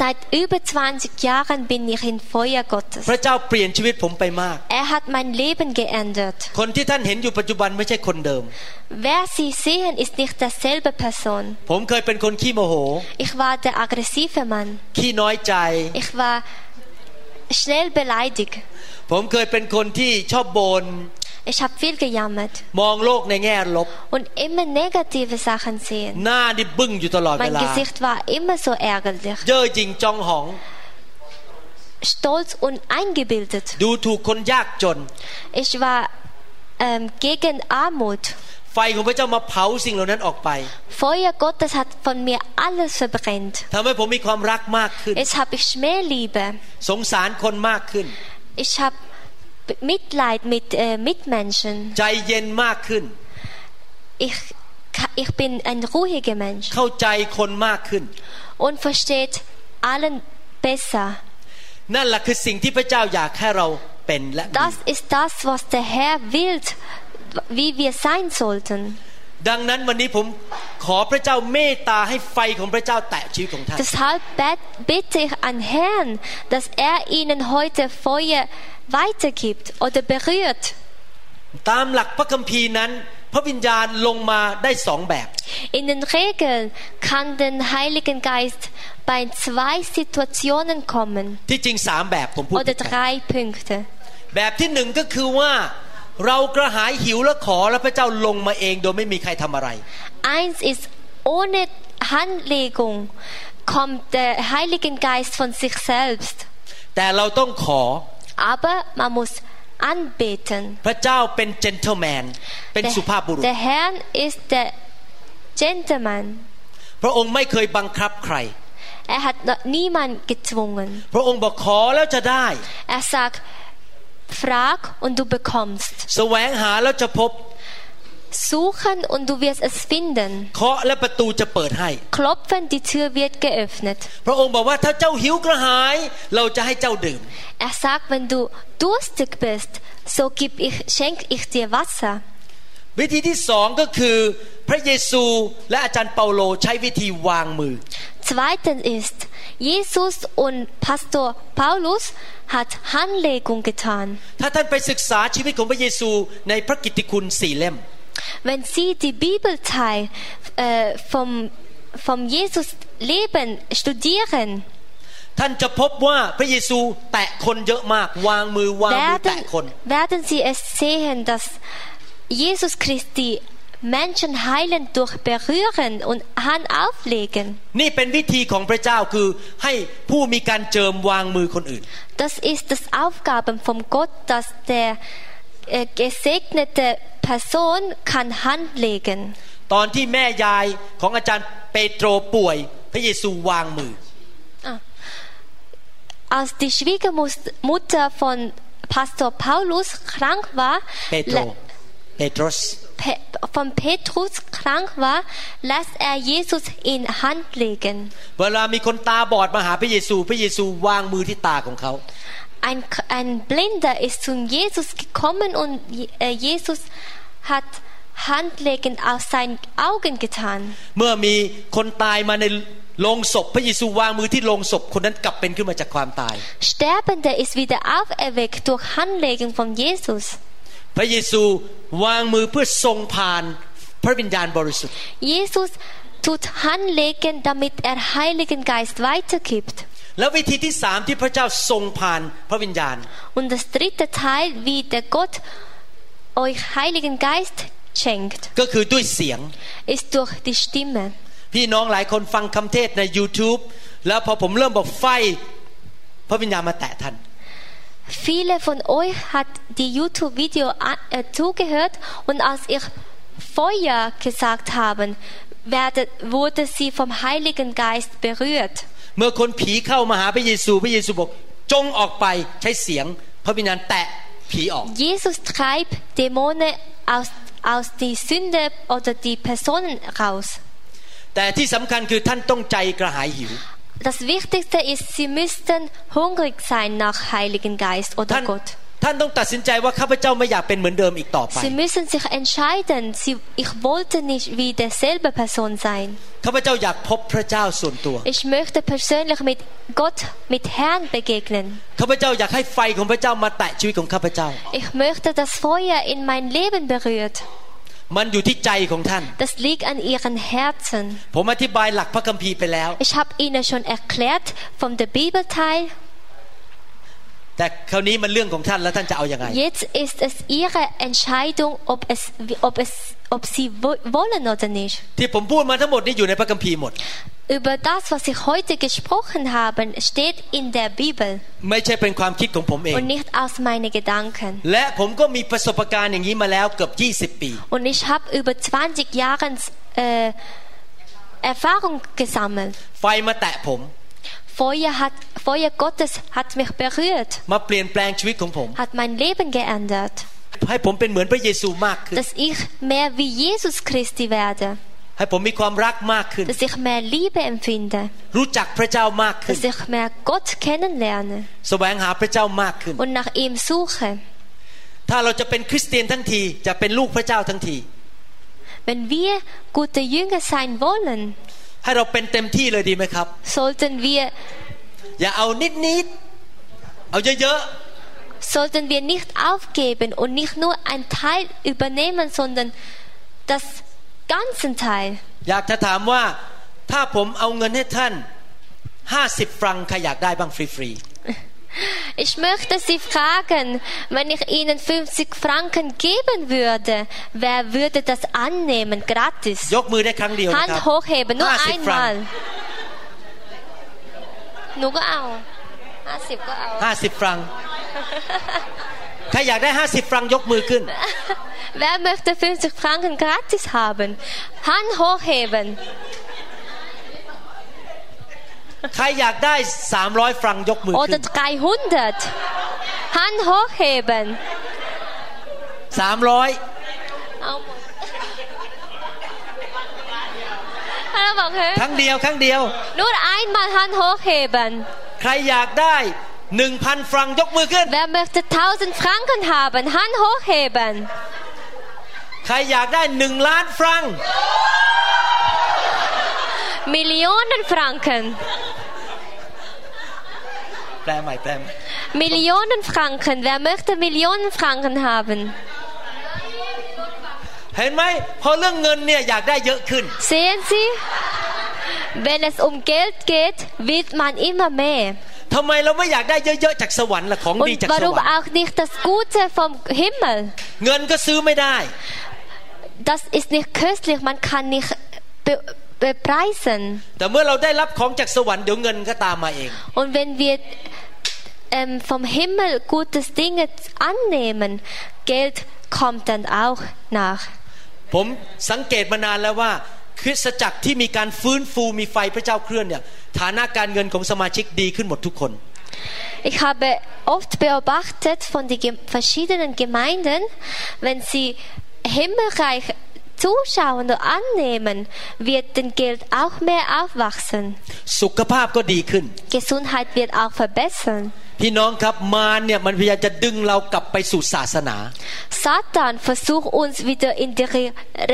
[SPEAKER 4] Seit über 20 Jahren bin ich im Feuer Gottes.
[SPEAKER 3] พระเจ้าเปลี่ยนชีวิตผมไปมาก
[SPEAKER 4] Er hat mein Leben geändert.
[SPEAKER 3] คนที่ท่านเห็นอยู่ปัจจุบันไม่ใช่คนเดิม
[SPEAKER 4] Wer Sie sehen, ist nicht derselbe Person.
[SPEAKER 3] ผมเคยเป็นคนขี้โมโห
[SPEAKER 4] Ich war der aggressive Mann.
[SPEAKER 3] ขี้น้อยใจ
[SPEAKER 4] Ich war schnell beleidigt.
[SPEAKER 3] ผมเคยเป็นคนที่ชอบบน่น
[SPEAKER 4] Ich habe viel gejammert
[SPEAKER 3] มองโลกในแง่ลบ
[SPEAKER 4] und immer negative Sachen sehen.
[SPEAKER 3] หน้านี่บึ้งอยู่ตลอดเว
[SPEAKER 4] Mein
[SPEAKER 3] ลา
[SPEAKER 4] Gesicht war immer so ärgerlich,
[SPEAKER 3] เย่อหยิ่งจองหอง
[SPEAKER 4] stolz und eingebildet.
[SPEAKER 3] ดูถูกคนยากจน
[SPEAKER 4] Ich war ähm, gegen Armut.
[SPEAKER 3] ไฟของพระเจ้ามาเผาสิ่งเหล่านั้นออกไป
[SPEAKER 4] Feuer Gottes hat von mir alles verbrennt.
[SPEAKER 3] ทำให้ผมมีความรักมากขึ้น
[SPEAKER 4] Jetzt habe ich mehr Liebe.
[SPEAKER 3] สงสารคนมากขึ้น
[SPEAKER 4] Ich habe Mitleid mit äh, Mitmenschen.
[SPEAKER 3] ใจเย็นมากขึ้น
[SPEAKER 4] Ich, ka- ich bin ein ruhiger Mensch
[SPEAKER 3] เข้าใจคนมากขึ้น
[SPEAKER 4] und versteht allen besser.
[SPEAKER 3] นั่นแหละคือสิ่งที่พระเจ้าอยากให้เราเป็นและมี
[SPEAKER 4] Das ist das, was der Herr will, wie wir sein sollten.
[SPEAKER 3] ดังนั้นวันนี้ผมขอพระเจ้าเมตตาให้ไฟของพระเจ้าแตะชีวิตของท่าน
[SPEAKER 4] Deshalb bet- bitte ich an Herrn, dass er ihnen heute Feuer weitergibt oder berührt.
[SPEAKER 3] ตามหลักพระคัมภีร์นั้น พระวิญญาณลงมาได้สองแบบ
[SPEAKER 4] In den Regeln kann der Heiligen Geist bei zwei Situationen kommen
[SPEAKER 3] ที่จริงสามแบบผมพูด
[SPEAKER 4] oder drei Punkte.
[SPEAKER 3] แบบที่หนึ่งก็คือว่า เรากระหายหิวและขอแล้วพระเจ้าลงมาเองโดยไม่มีใครทำอะไร
[SPEAKER 4] Eins ist, ohne Handlegung kommt der Heilige Geist von sich selbst.
[SPEAKER 3] แต่เราต้องขอ
[SPEAKER 4] Aber man muss anbeten.
[SPEAKER 3] พระเจ้าเป็น gentleman เป็นสุภาพบุรุษ
[SPEAKER 4] der Herr ist der Gentleman.
[SPEAKER 3] พระองค์ไม่เคยบังคับใคร
[SPEAKER 4] Er hat noch niemanden gezwungen.
[SPEAKER 3] พระองค์บอกขอแล้วจะได้
[SPEAKER 4] Er sagt, frag und du bekommst.
[SPEAKER 3] แสวงหาแล้วจะพบ
[SPEAKER 4] Suchen und du wirst es finden.
[SPEAKER 3] เคาะและประตูจะเปิดให้
[SPEAKER 4] Klopfen, die Tür wird geöffnet.
[SPEAKER 3] พระองค์บอกว่าถ้าเจ้าหิวกระหาย เราจะให้เจ้าดื่ม
[SPEAKER 4] Er sagt, wenn du durstig bist, so gib ich, schenk ich dir Wasser.
[SPEAKER 3] วิธีที่สองก็คือพระเยซูและอาจารย์เปาโลใช้วิธีวางมือ
[SPEAKER 4] Zweitens ist, Jesus und Pastor Paulus hat Handlegung getan.
[SPEAKER 3] ถ้าท่านไปศึกษาชีวิตของพระเยซูในพระกิตติคุณสี่เล่ม
[SPEAKER 4] Wenn Sie die Bibelteil äh, vom, vom Jesus Leben studieren,
[SPEAKER 3] ท่านจะพบว่าพระเยซูแตะคนเยอะมาก วางมือวางมือแตะ
[SPEAKER 4] werden,
[SPEAKER 3] คน
[SPEAKER 4] werden Sie es sehen, dass Jesus Christi Menschen heilen durch Berühren und Hand auflegen.
[SPEAKER 3] นี่เป็นวิธีของพระเจ้าคือให้ผู้มีการเจิมวางมือคนอื่น
[SPEAKER 4] Das ist das Aufgabe von Gott, dass der äh, gesegnete Person kann Hand legen.
[SPEAKER 3] ตอนที่แม่ยายของอาจารย์เปโตรป่วย พระเยซูวางมือ
[SPEAKER 4] Als die Schwiegermutter von Pastor Paulus krank war,
[SPEAKER 3] เปโตร
[SPEAKER 4] le-
[SPEAKER 3] เปโตรส
[SPEAKER 4] Pe von Petrus krank war, lässt er Jesus in Hand legen.
[SPEAKER 3] เวลามีคนตาบอดมาหาพระเยซู พระเยซูวางมือที่ตาของเขา
[SPEAKER 4] Ein, K- ein Blinder ist zu Jesus gekommen und Je- äh, Jesus hat Handlegen auf seinen Augen getan.
[SPEAKER 3] เมื่อมีคนตายมาในโลงศพ พระเยซูวางมือที่โลงศพคนนั้นกลับเป็นขึ้นมาจากความตาย
[SPEAKER 4] Sterbender ist wieder auferweckt durch Handlegen von Jesus.
[SPEAKER 3] พระเยซูวางมือเพื่อทรงผ่านพระวิญญาณบริสุทธิ์
[SPEAKER 4] Jesus tut Handlegen, damit er Heiligen Geist weitergibt.
[SPEAKER 3] และวิธีที่สามที่พระเจ้าทรงผ่านพระวิญญาณ
[SPEAKER 4] Und das dritte Teil, wie der Gott euch Heiligen Geist schenkt,
[SPEAKER 3] ก็คือด้วยเสียง
[SPEAKER 4] ist durch die Stimme.
[SPEAKER 3] พี่น้องหลายคนฟังคำเทศใน YouTube แล้วพอผมเริ่มบอกไฟ พระวิญญาณมาแตะท่าน
[SPEAKER 4] Viele von euch hat die YouTube-Video a- äh, zugehört und als ich Feuer gesagt haben, werde, wurde sie vom Heiligen Geist berührt.
[SPEAKER 3] เมื่อคนผีเข้ามาหาพระเยซู พระเยซูบอกจงออกไปใช้เสียง พระวิญญาณแตะผีออก
[SPEAKER 4] Jesus treibt Dämonen aus, aus die Sünde oder die Personen raus.
[SPEAKER 3] แต่ที่สำคัญคือท่านต้องใจกระหายหิว
[SPEAKER 4] Das Wichtigste ist, sie müssten hungrig sein nach Heiligen Geist oder
[SPEAKER 3] ท่าน
[SPEAKER 4] Gott.
[SPEAKER 3] ท่านต้องตัดสินใจว่าข้าพเจ้าไม่อยากเป็นเหมือนเดิมอีกต่อไป
[SPEAKER 4] Sie müssen sich entscheiden, sie, ich wollte nicht wie derselbe Person sein.
[SPEAKER 3] ข้าพเจ้าอยากพบพระเจ้าส่วนตัว
[SPEAKER 4] Ich möchte persönlich mit Gott, mit Herrn begegnen.
[SPEAKER 3] ข้าพเจ้าอยากให้ไฟของพระเจ้ามาแตะชีวิตของข้าพเจ้า
[SPEAKER 4] Ich möchte das Feuer in mein Leben berührt.
[SPEAKER 3] มันอยู่ที่ใจของท่าน
[SPEAKER 4] Das liegt an ihren Herzen.
[SPEAKER 3] ผมอธิบายหลักพระคัมภีร์ไปแล้ว
[SPEAKER 4] Ich habe Ihnen schon erklärt von der Bibelteil.
[SPEAKER 3] แต่คราวนี้มันเรื่องของท่านแล้วท่านจะเอาอยัางไง
[SPEAKER 4] Jetzt ist es Ihre Entscheidung, ob, es, ob, es, ob Sie wo- wollen oder nicht.
[SPEAKER 3] ที่ผมพูดมาทั้งหมดนี่อยู่ในพระคัมภีร์หมด
[SPEAKER 4] Über das, was ich heute gesprochen habe, steht in der Bibel
[SPEAKER 3] ไม่ใช่เป็นความคิดของผมเอง
[SPEAKER 4] und nicht aus meinen Gedanken.
[SPEAKER 3] และผมก็มีประสบการณ์อย่างนี้มาแล้วเกือบ 20 ปี
[SPEAKER 4] Und ich habe über 20 Jahre äh, Erfahrung gesammelt.
[SPEAKER 3] ไฟมาแตะผม
[SPEAKER 4] Feuer, hat, Feuer Gottes hat mich berührt,
[SPEAKER 3] มาเปลี่ยนแปลงชีวิตของผม
[SPEAKER 4] hat mein Leben geändert,
[SPEAKER 3] ให้ผมเป็นเหมือนพระเยซูมากขึ้น
[SPEAKER 4] dass ich mehr wie Jesus Christi werde,
[SPEAKER 3] ให้ผมมีความรักมากขึ้น
[SPEAKER 4] dass ich mehr Liebe empfinde,
[SPEAKER 3] รู้จักพระเจ้ามากขึ้น
[SPEAKER 4] dass ich mehr Gott kennenlerne
[SPEAKER 3] แสวงหาพระเจ้ามากขึ้น
[SPEAKER 4] und nach ihm suche.
[SPEAKER 3] ถ้าเราจะเป็นคริสเตียนทั้งทีจะเป็นลูกพระเจ้าทั้งที
[SPEAKER 4] Wenn wir gute Jünger sein wollen,
[SPEAKER 3] ให้เราเป็นเต็มที่เลยดีไหมครับ
[SPEAKER 4] sollten wir,
[SPEAKER 3] อย่าเอานิดนิดๆเอาเยอะ
[SPEAKER 4] sollten wir nicht aufgeben und nicht nur einen Teil übernehmen, sondern das ganze Teil.
[SPEAKER 3] ๆ อยากจะถามว่าถ้าผมเอาเงินให้ท่าน 50 ฟรังใครอยากได้บ้างฟรี
[SPEAKER 4] Ich möchte Sie fragen, wenn ich Ihnen 50 Franken geben würde, wer würde das annehmen,
[SPEAKER 3] ๆ
[SPEAKER 4] gratis?
[SPEAKER 3] ยกมือได้ครั้งเดียวนะ
[SPEAKER 4] Hand
[SPEAKER 3] ครับ
[SPEAKER 4] hochheben, nur
[SPEAKER 3] 50 ฟรัง
[SPEAKER 4] einmal. Nur auch. 50 ก็เอา
[SPEAKER 3] 50 ฟรัง ใครอยากได้ 50 ฟรังยกมือขึ้น
[SPEAKER 4] Wer möchte 50 Franken gratis haben? Hand hochheben.
[SPEAKER 3] ใครอยากได้ 300 ฟรังยกมือ
[SPEAKER 4] Oder
[SPEAKER 3] ขึ้น
[SPEAKER 4] 300. Hand hochheben.
[SPEAKER 3] 300
[SPEAKER 4] เอาหมดเราบอกเฮ้ย
[SPEAKER 3] ครั้งเดียวครั้งเดียว
[SPEAKER 4] Nur einmal Hand hochheben.
[SPEAKER 3] ใครอยากได้ 1,000 ฟรังยกมือขึ้น
[SPEAKER 4] Wer möchte 1000 Franken haben? Hand hochheben.
[SPEAKER 3] ใครอยากได้ 1 ล้านฟรัง
[SPEAKER 4] Millionen Franken.
[SPEAKER 3] แปลใหม่แปลใหม่
[SPEAKER 4] Millionen Franken. Wer möchte Millionen Franken haben?
[SPEAKER 3] เห็นไหมพอเรื่องเงินเนี่ยอยากได้เยอะขึ้น
[SPEAKER 4] Sehen Sie? Wenn es um Geld geht, will man immer mehr.
[SPEAKER 3] ทำไมเราไม่อยากได้เยอะๆจากสวรรค์ล่ะของดี
[SPEAKER 4] Und
[SPEAKER 3] จากส
[SPEAKER 4] warum
[SPEAKER 3] วรรค์
[SPEAKER 4] auch nicht das Gute vom Himmel?
[SPEAKER 3] เงินก็ซื้อไม่ได้
[SPEAKER 4] Das ist nicht köstlich, man kann nicht be bepreisen.
[SPEAKER 3] แต่เมื่อเราได้รับของจากสวรรค์เดี๋ยวเงินก็ตามมาเอง
[SPEAKER 4] Und wenn wir ähm, vom Himmel gutes Dinge annehmen, Geld kommt dann auch nach.
[SPEAKER 3] ผมสังเกตมานานแล้วว่า คริสตจักรที่มีการฟื้นฟูมีไฟพระเจ้าเคลื่อนเนี่ยฐานะการเงินของสมาชิกดีขึ้นหมดทุกคน
[SPEAKER 4] Ich habe oft beobachtet von den gem- verschiedenen Gemeinden, wenn sie Himmelreich zuschauen und annehmen, wird den Geld auch mehr aufwachsen.
[SPEAKER 3] สุขภาพก็ดีขึ้น
[SPEAKER 4] Gesundheit wird auch verbessern.
[SPEAKER 3] พี่น้องครับมารเนี่ยมันพยายามจะดึงเรากลับไปสู่ศาสนา
[SPEAKER 4] Satan versucht uns wieder in die Re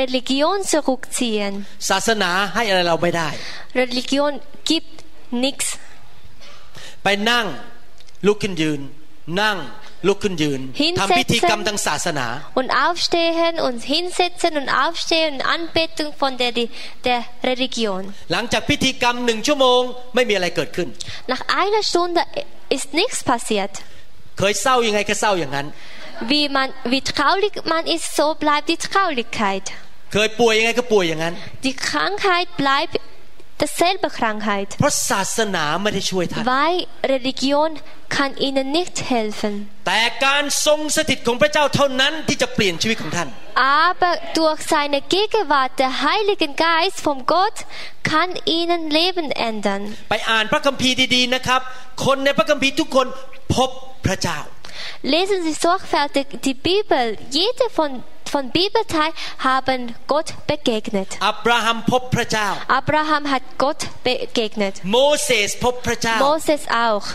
[SPEAKER 4] Religion zurückziehen.
[SPEAKER 3] ศาสนาให้อะไรเราไม่ได้
[SPEAKER 4] Religion gibt nichts.
[SPEAKER 3] ไปนั่งลุกขึ้นยืน นั่งลุกขึ้นยืน
[SPEAKER 4] หิน
[SPEAKER 3] ทำพิธี
[SPEAKER 4] เซ็ตเซ็ต
[SPEAKER 3] กรรมทางศาสนา
[SPEAKER 4] Und aufstehen und hinsetzen und aufstehen und Anbetung von der, der Religion.
[SPEAKER 3] หลังจากพิธีกรรมหนึ่งชั่วโมง ไม่มีอะไรเกิดขึ้น
[SPEAKER 4] Nach einer Stunde ist nichts passiert.
[SPEAKER 3] เคยเศร้ายังไงก็เศร้าอย่างนั้น
[SPEAKER 4] Wie, man, wie traurig man ist, so bleibt die Traurigkeit.
[SPEAKER 3] เคยป่วยยังไงก็ป่วยอย่างนั้น
[SPEAKER 4] Die Krankheit bleibt dasselbe Krankheit,
[SPEAKER 3] เพราะศาสนาไม่ได้ช่วยท่าน
[SPEAKER 4] weil Religion kann ihnen nicht helfen.
[SPEAKER 3] แต่การทรงสถิตของพระเจ้าเท่านั้นที่จะเปลี่ยนชีวิตของท่าน
[SPEAKER 4] Aber durch seine Gegenwart, der Heiligen Geist vom Gott, kann ihnen Leben ändern.
[SPEAKER 3] ไปอ่านพระคัมภีร์ดีๆนะครับ คนในพระคัมภีร์ทุกคนพบพระเจ้า
[SPEAKER 4] Lesen Sie sorgfältig die Bibel. Jede von, von Bibelteil haben Gott begegnet.
[SPEAKER 3] อับราฮัมพบพระเจ้า
[SPEAKER 4] Abraham hat Gott begegnet.
[SPEAKER 3] โมเสสพบพระเจ้า
[SPEAKER 4] Moses auch.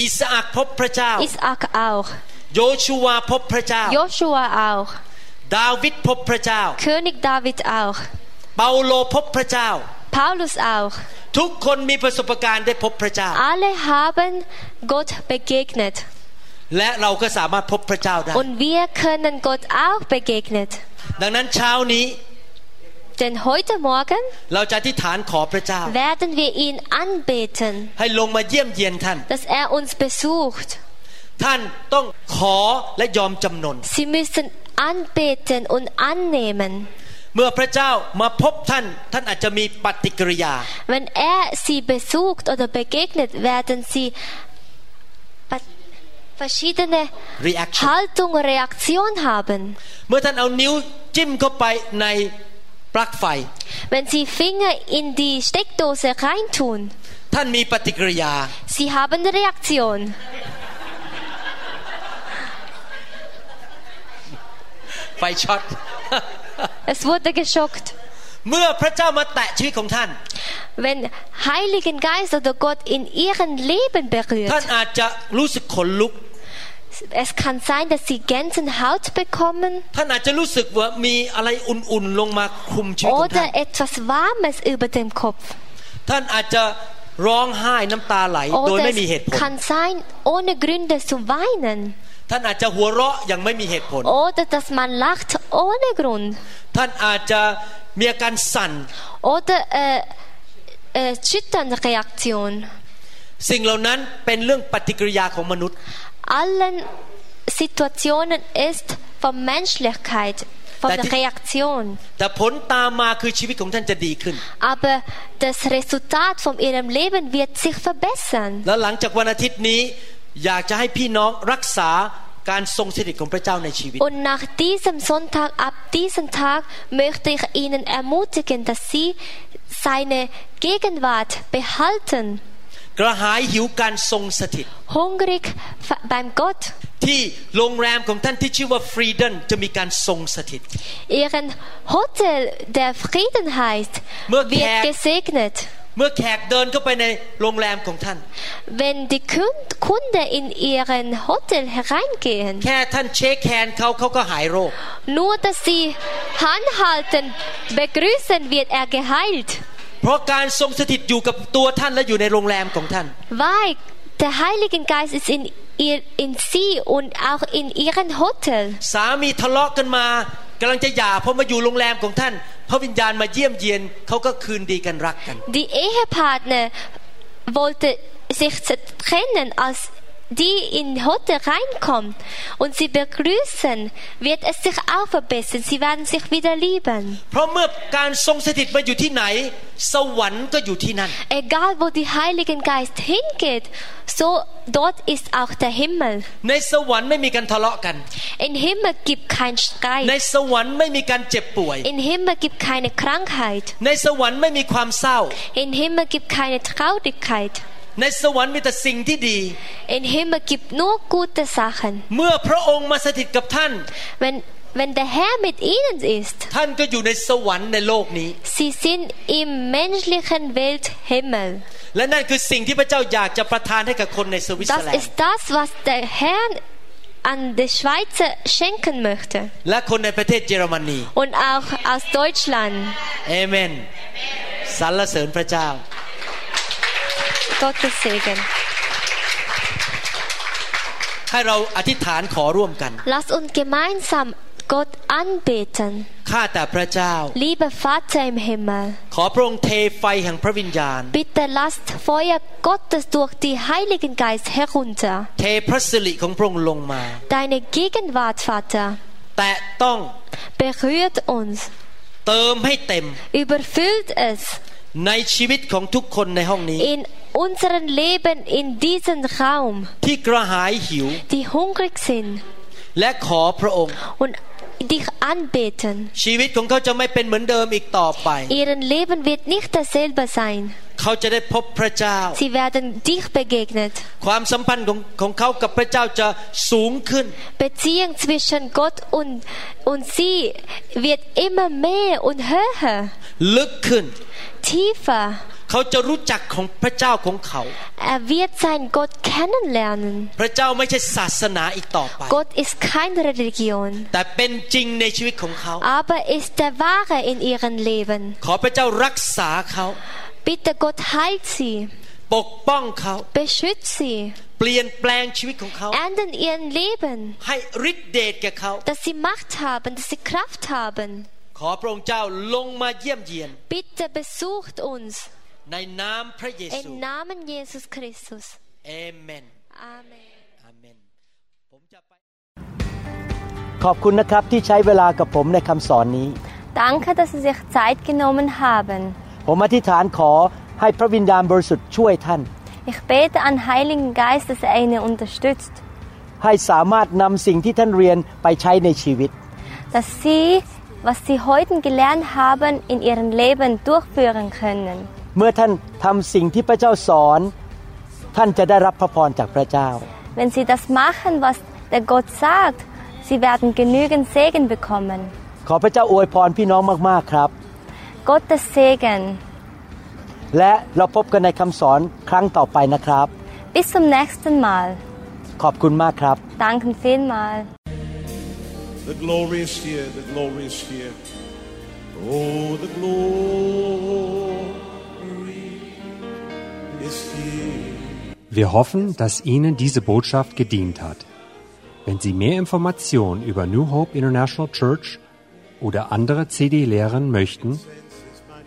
[SPEAKER 3] อิสอักพบพระเจ้า
[SPEAKER 4] Isaac auch.
[SPEAKER 3] โยชูวาพบพระเจ้า
[SPEAKER 4] Joshua auch.
[SPEAKER 3] ดาวิดพบพระเจ้า
[SPEAKER 4] König David auch.
[SPEAKER 3] เปาโลพบพระเจ้า
[SPEAKER 4] Paulus auch.
[SPEAKER 3] ทุกคนมีประสบการณ์ได้พบพระเจ้า
[SPEAKER 4] Alle haben Gott begegnet.
[SPEAKER 3] และเราก็สามารถพบพระเจ้าได้
[SPEAKER 4] Und wir können Gott auch begegnen.
[SPEAKER 3] ดังนั้นเช้านี้
[SPEAKER 4] Denn heute Morgen
[SPEAKER 3] เราจะอธิษฐานขอพระเจ้า
[SPEAKER 4] werden wir ihn anbeten,
[SPEAKER 3] ให้ลงมาเยี่ยมเยียนท่าน
[SPEAKER 4] dass er uns besucht.
[SPEAKER 3] ท่านต้องขอและยอมจำนน
[SPEAKER 4] Sie müssen anbeten und annehmen.
[SPEAKER 3] เมื่อพระเจ้ามาพบท่าน ท่านอาจจะมีปฏิกิริยา
[SPEAKER 4] Wenn er sie besucht oder begegnet, werden sie be- verschiedene
[SPEAKER 3] reaction
[SPEAKER 4] Haltung, Reaktion haben.
[SPEAKER 3] เมื่อท่านเอานิ้วจิ้มเข้าไปในปลั๊กไฟ
[SPEAKER 4] Wenn sie Finger in die Steckdose reintun,
[SPEAKER 3] ท่านมีปฏิกิริยา
[SPEAKER 4] sie haben Reaktion.
[SPEAKER 3] ไฟช็อต
[SPEAKER 4] Es wurde geschockt.
[SPEAKER 3] เมื่อพระเจ้ามาแตะชีวิตของท่าน
[SPEAKER 4] Wenn Heiligen Geist oder Gott in ihren Leben
[SPEAKER 3] ท่าน
[SPEAKER 4] berührt,
[SPEAKER 3] อาจจะรู้สึกขนลุก
[SPEAKER 4] es kann sein, dass sie Gänsehaut bekommen
[SPEAKER 3] ท่านอาจจะรู้สึกว่ามีอะไรอุ่นๆลงมาคลุมชีวิตของท่าน
[SPEAKER 4] oder etwas Warmes über dem Kopf.
[SPEAKER 3] ท่านอาจจะร้องไห้น้ำตาไหล โดย
[SPEAKER 4] Oder
[SPEAKER 3] ไม่มีเหตุผ
[SPEAKER 4] es
[SPEAKER 3] ล
[SPEAKER 4] kann sein, ohne Gründe zu weinen.
[SPEAKER 3] ท่านอาจจะหัวเราะอย่างไม่มีเหตุผล
[SPEAKER 4] Oder dass man lacht ohne Grund.
[SPEAKER 3] ท่านอาจจะมีอาการสั่น
[SPEAKER 4] Oder äh, äh, Schütternreaktion.
[SPEAKER 3] สิ่งเหล่านั้นเป็นเรื่องปฏิกิริยาของมนุษย์
[SPEAKER 4] Allen Situationen ist von Menschlichkeit, von
[SPEAKER 3] Da die-
[SPEAKER 4] Reaktion.
[SPEAKER 3] แต่ผลตามมาคือชีวิตของท่านจะดีขึ้น
[SPEAKER 4] Aber das Resultat von ihrem Leben wird sich verbessern.
[SPEAKER 3] แล้วหลังจากวันอาทิตย์นี้ อยากจะให้พี่น้องรักษาการทรงสถิตของพระเจ้าในชีวิต
[SPEAKER 4] Und nach diesem Sonntag, ab diesem Tag möchte ich Ihnen ermutigen, dass Sie seine Gegenwart behalten.
[SPEAKER 3] กระหายหิวการทรงสถิต
[SPEAKER 4] Hungrig f- beim Gott.
[SPEAKER 3] ที่โรงแรมของท่านที่ชื่อว่าฟรีเดนจะมีการทรงสถิต
[SPEAKER 4] Ihren Hotel, der Frieden heißt,
[SPEAKER 3] Nur
[SPEAKER 4] wird
[SPEAKER 3] Tag.
[SPEAKER 4] gesegnet.
[SPEAKER 3] เมื่อแขกเดินเข้าไปในโรงแรมของท่าน
[SPEAKER 4] Wenn die Kund- Kunden in ihren Hotel hereingehen,
[SPEAKER 3] แค่ท่านเช็คแคนเขาเขาก็หายโรค
[SPEAKER 4] nur dass sie anhalten, begrüßen, wird er geheilt.
[SPEAKER 3] เพราะการทรงสถิตอยู่กับตัวท่านและอยู่ในโรงแรมของท่าน
[SPEAKER 4] Weil Der Heilige Geist ist in, ihr, in sie und auch in ihren Hotel.
[SPEAKER 3] สามีทะเลาะกันมากำลังจะหย่าพอมาอยู่โรงแรมของท่าน พระวิญญาณมาเยี่ยมเยียนเขาก็คืนดีกันรักกัน
[SPEAKER 4] Die Ehepartner wollte sich trennen, als die in Hotel reinkommt und sie begrüßen, wird es sich auch verbessern. Sie werden sich wieder lieben.
[SPEAKER 3] เพราะเมื่อการทรงสถิตมาอยู่ที่ไหน สวรรค์ก็อยู่ที่นั่น
[SPEAKER 4] Egal wo die Heiligen Geist hingeht, so dort ist auch der Himmel.
[SPEAKER 3] ในสวรรค์ไม่มีการทะเลาะกัน
[SPEAKER 4] Im Himmel gibt kein
[SPEAKER 3] ใน
[SPEAKER 4] Streit.
[SPEAKER 3] สวรรค์ไม่มีการเจ็บป่วย
[SPEAKER 4] Im Himmel gibt keine Krankheit.
[SPEAKER 3] ในสวรรค์ไม่มีความเศร้า
[SPEAKER 4] Im Himmel gibt keine Traurigkeit.
[SPEAKER 3] ในสวรรค์มีแต่สิ่งที่ดี
[SPEAKER 4] Im Himmel gibt nur gute Sachen.
[SPEAKER 3] เมื่อพระองค์มาสถิตกับท่าน
[SPEAKER 4] Wenn, wenn der Herr mit ihnen ist,
[SPEAKER 3] ท่านก็อยู่ในสวรรค์ในโลกนี้
[SPEAKER 4] sie sind im menschlichen Welt Himmel.
[SPEAKER 3] และนั่นคือสิ่งที่พระเจ้าอยากจะประทานให้กับคนในสวิตเซอ
[SPEAKER 4] Das
[SPEAKER 3] ร์แลน
[SPEAKER 4] ist
[SPEAKER 3] ด์
[SPEAKER 4] das, was der Herr an die Schweizer schenken möchte.
[SPEAKER 3] และคนในประเทศเยอรมนี
[SPEAKER 4] Und auch aus Deutschland.
[SPEAKER 3] เอเมนสรรเสริญพระเจ้า
[SPEAKER 4] Gottes Segen.
[SPEAKER 3] ให้เราอธิษฐานขอร่วมกัน
[SPEAKER 4] Lasst uns gemeinsam Gott anbeten.
[SPEAKER 3] ข้าแต่พระเจ้า
[SPEAKER 4] Lieber Vater im Himmel,
[SPEAKER 3] ขอพระองค์เทไฟแห่งพระวิญญาณ
[SPEAKER 4] bitte lasst Feuer Gottes durch die Heiligen Geist herunter.
[SPEAKER 3] เทพระสิริของพระองค์ลงมา
[SPEAKER 4] Deine Gegenwart, Vater,
[SPEAKER 3] แตะต้อง
[SPEAKER 4] berührt uns,
[SPEAKER 3] เติมให้เต็ม
[SPEAKER 4] überfüllt es
[SPEAKER 3] ในชีวิตของทุกคนในห้องนี้
[SPEAKER 4] in unserem Leben in diesem Raum,
[SPEAKER 3] ที่กระหายหิว
[SPEAKER 4] die hungrig sind
[SPEAKER 3] และขอพระองค์
[SPEAKER 4] und dich anbeten.
[SPEAKER 3] ชีวิตของเขาจะไม่เป็นเหมือนเดิมอีกต่อไป
[SPEAKER 4] Ihren Leben wird nicht dasselbe sein.
[SPEAKER 3] เขาจะได้พบพระเจ้า
[SPEAKER 4] Sie werden dich begegnet.
[SPEAKER 3] ความสัมพันธ์ของของเขากับพระเจ้าจะสูงขึ้น
[SPEAKER 4] Beziehung zwischen Gott und, und sie wird immer mehr und höher,
[SPEAKER 3] ลึกขึ้น
[SPEAKER 4] tiefer.
[SPEAKER 3] เขาจะรู้จักของพระเจ้าของเขา
[SPEAKER 4] Er wird seinen Gott kennenlernen.
[SPEAKER 3] พระเจ้าไม่ใช่ศาสนาอีกต่อไป
[SPEAKER 4] Gott ist keine Religion,
[SPEAKER 3] แต่เป็นจริงในชีวิตของเขา
[SPEAKER 4] aber ist der Wahre in ihrem Leben.
[SPEAKER 3] ขอพระเจ้ารักษาเขา
[SPEAKER 4] Bitte Gott heilt sie,
[SPEAKER 3] ปกป้องเขา
[SPEAKER 4] beschützt sie,
[SPEAKER 3] เปลี่ยนแปลงชีวิตของเขา
[SPEAKER 4] ändern ihr Leben,
[SPEAKER 3] ให้ฤทธิเดชแก่เขา
[SPEAKER 4] dass sie Macht haben, dass sie Kraft haben.
[SPEAKER 3] ขอพระองค์เจ้าลงมาเยี่ยมเยียน
[SPEAKER 4] Bitte besucht uns
[SPEAKER 3] ในนามพระเยซู
[SPEAKER 4] im Namen Jesus Christus.
[SPEAKER 3] เอเมน
[SPEAKER 4] Amen.
[SPEAKER 3] อาเมนผมจะไป
[SPEAKER 1] ขอบคุณนะครับที่ใช้เวลากับผมในคำสอนนี้
[SPEAKER 2] Danke, dass Sie sich Zeit genommen haben.
[SPEAKER 1] ผมอธิษฐานขอให้พระวิญญาณบริสุทธิ์ช่วยท่าน
[SPEAKER 2] Ich bete an Heiligen Geist, dass er ihn unterstützt,
[SPEAKER 1] ให้สามารถนำสิ่งที่ท่านเรียนไปใช้ในชีวิต
[SPEAKER 2] dass Sie, was Sie heute gelernt haben, in Ihrem Leben durchführen können.
[SPEAKER 1] เมื่อท่านทำสิ่งที่พระเจ้าสอน ท่านจะได้รับพระพรจากพระเจ้า
[SPEAKER 2] Wenn Sie das machen, was der Gott sagt, Sie werden genügend Segen bekommen.
[SPEAKER 1] ขอพระเจ้าอวยพรพี่น้องมากๆครับ
[SPEAKER 2] Gottes Segen.
[SPEAKER 1] และเราพบกันในคำสอนครั้งต่อไปนะครับ
[SPEAKER 2] Bis zum nächsten Mal.
[SPEAKER 1] ขอบคุณมากครับ
[SPEAKER 2] Danke vielmals.
[SPEAKER 5] The glory is here. The glory is here. Oh, the glory is here.
[SPEAKER 6] Wir hoffen, dass Ihnen diese Botschaft gedient hat. Wenn Sie mehr Informationen über New Hope International Church oder andere CD-Lehren möchten,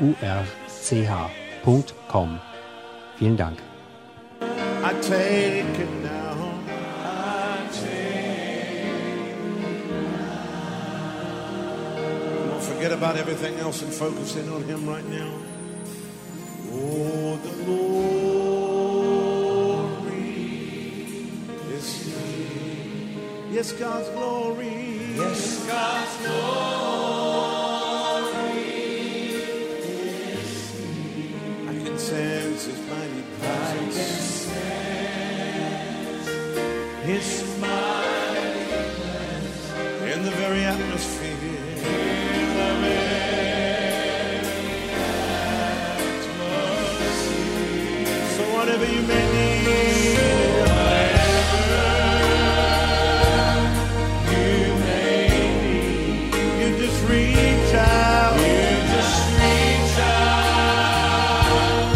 [SPEAKER 6] N-A-T-I-O-N-A-L-C-H-U-R-C-H Punkt com. Vielen Dank.
[SPEAKER 5] I take it now. I take it now. Forget about everything else and focus in on Him right now. Oh, the glory is here. Yes, God's glory. Yes, God's glory. I in the very atmosphere. So whatever you may need, you may need, you just reach out, you just reach out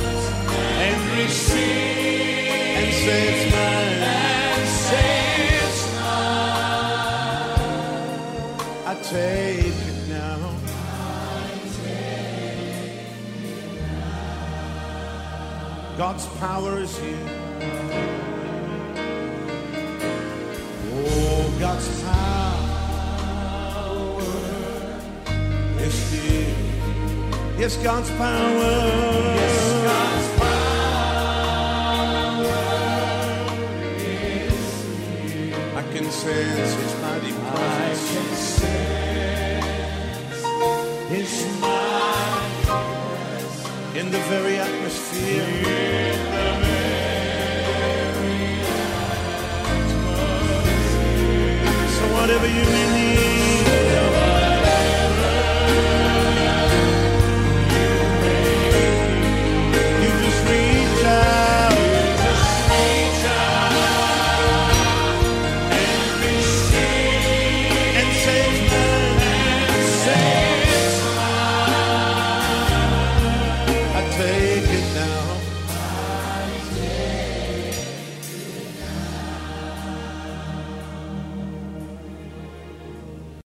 [SPEAKER 5] and receive, and say it's mine, and say it's I take it now. God's power is here. Oh, God's power is here. Yes, God's power. Yes, God's power is here. I can sense His mighty presence. I can his mind in the very atmosphere. So whatever you may need.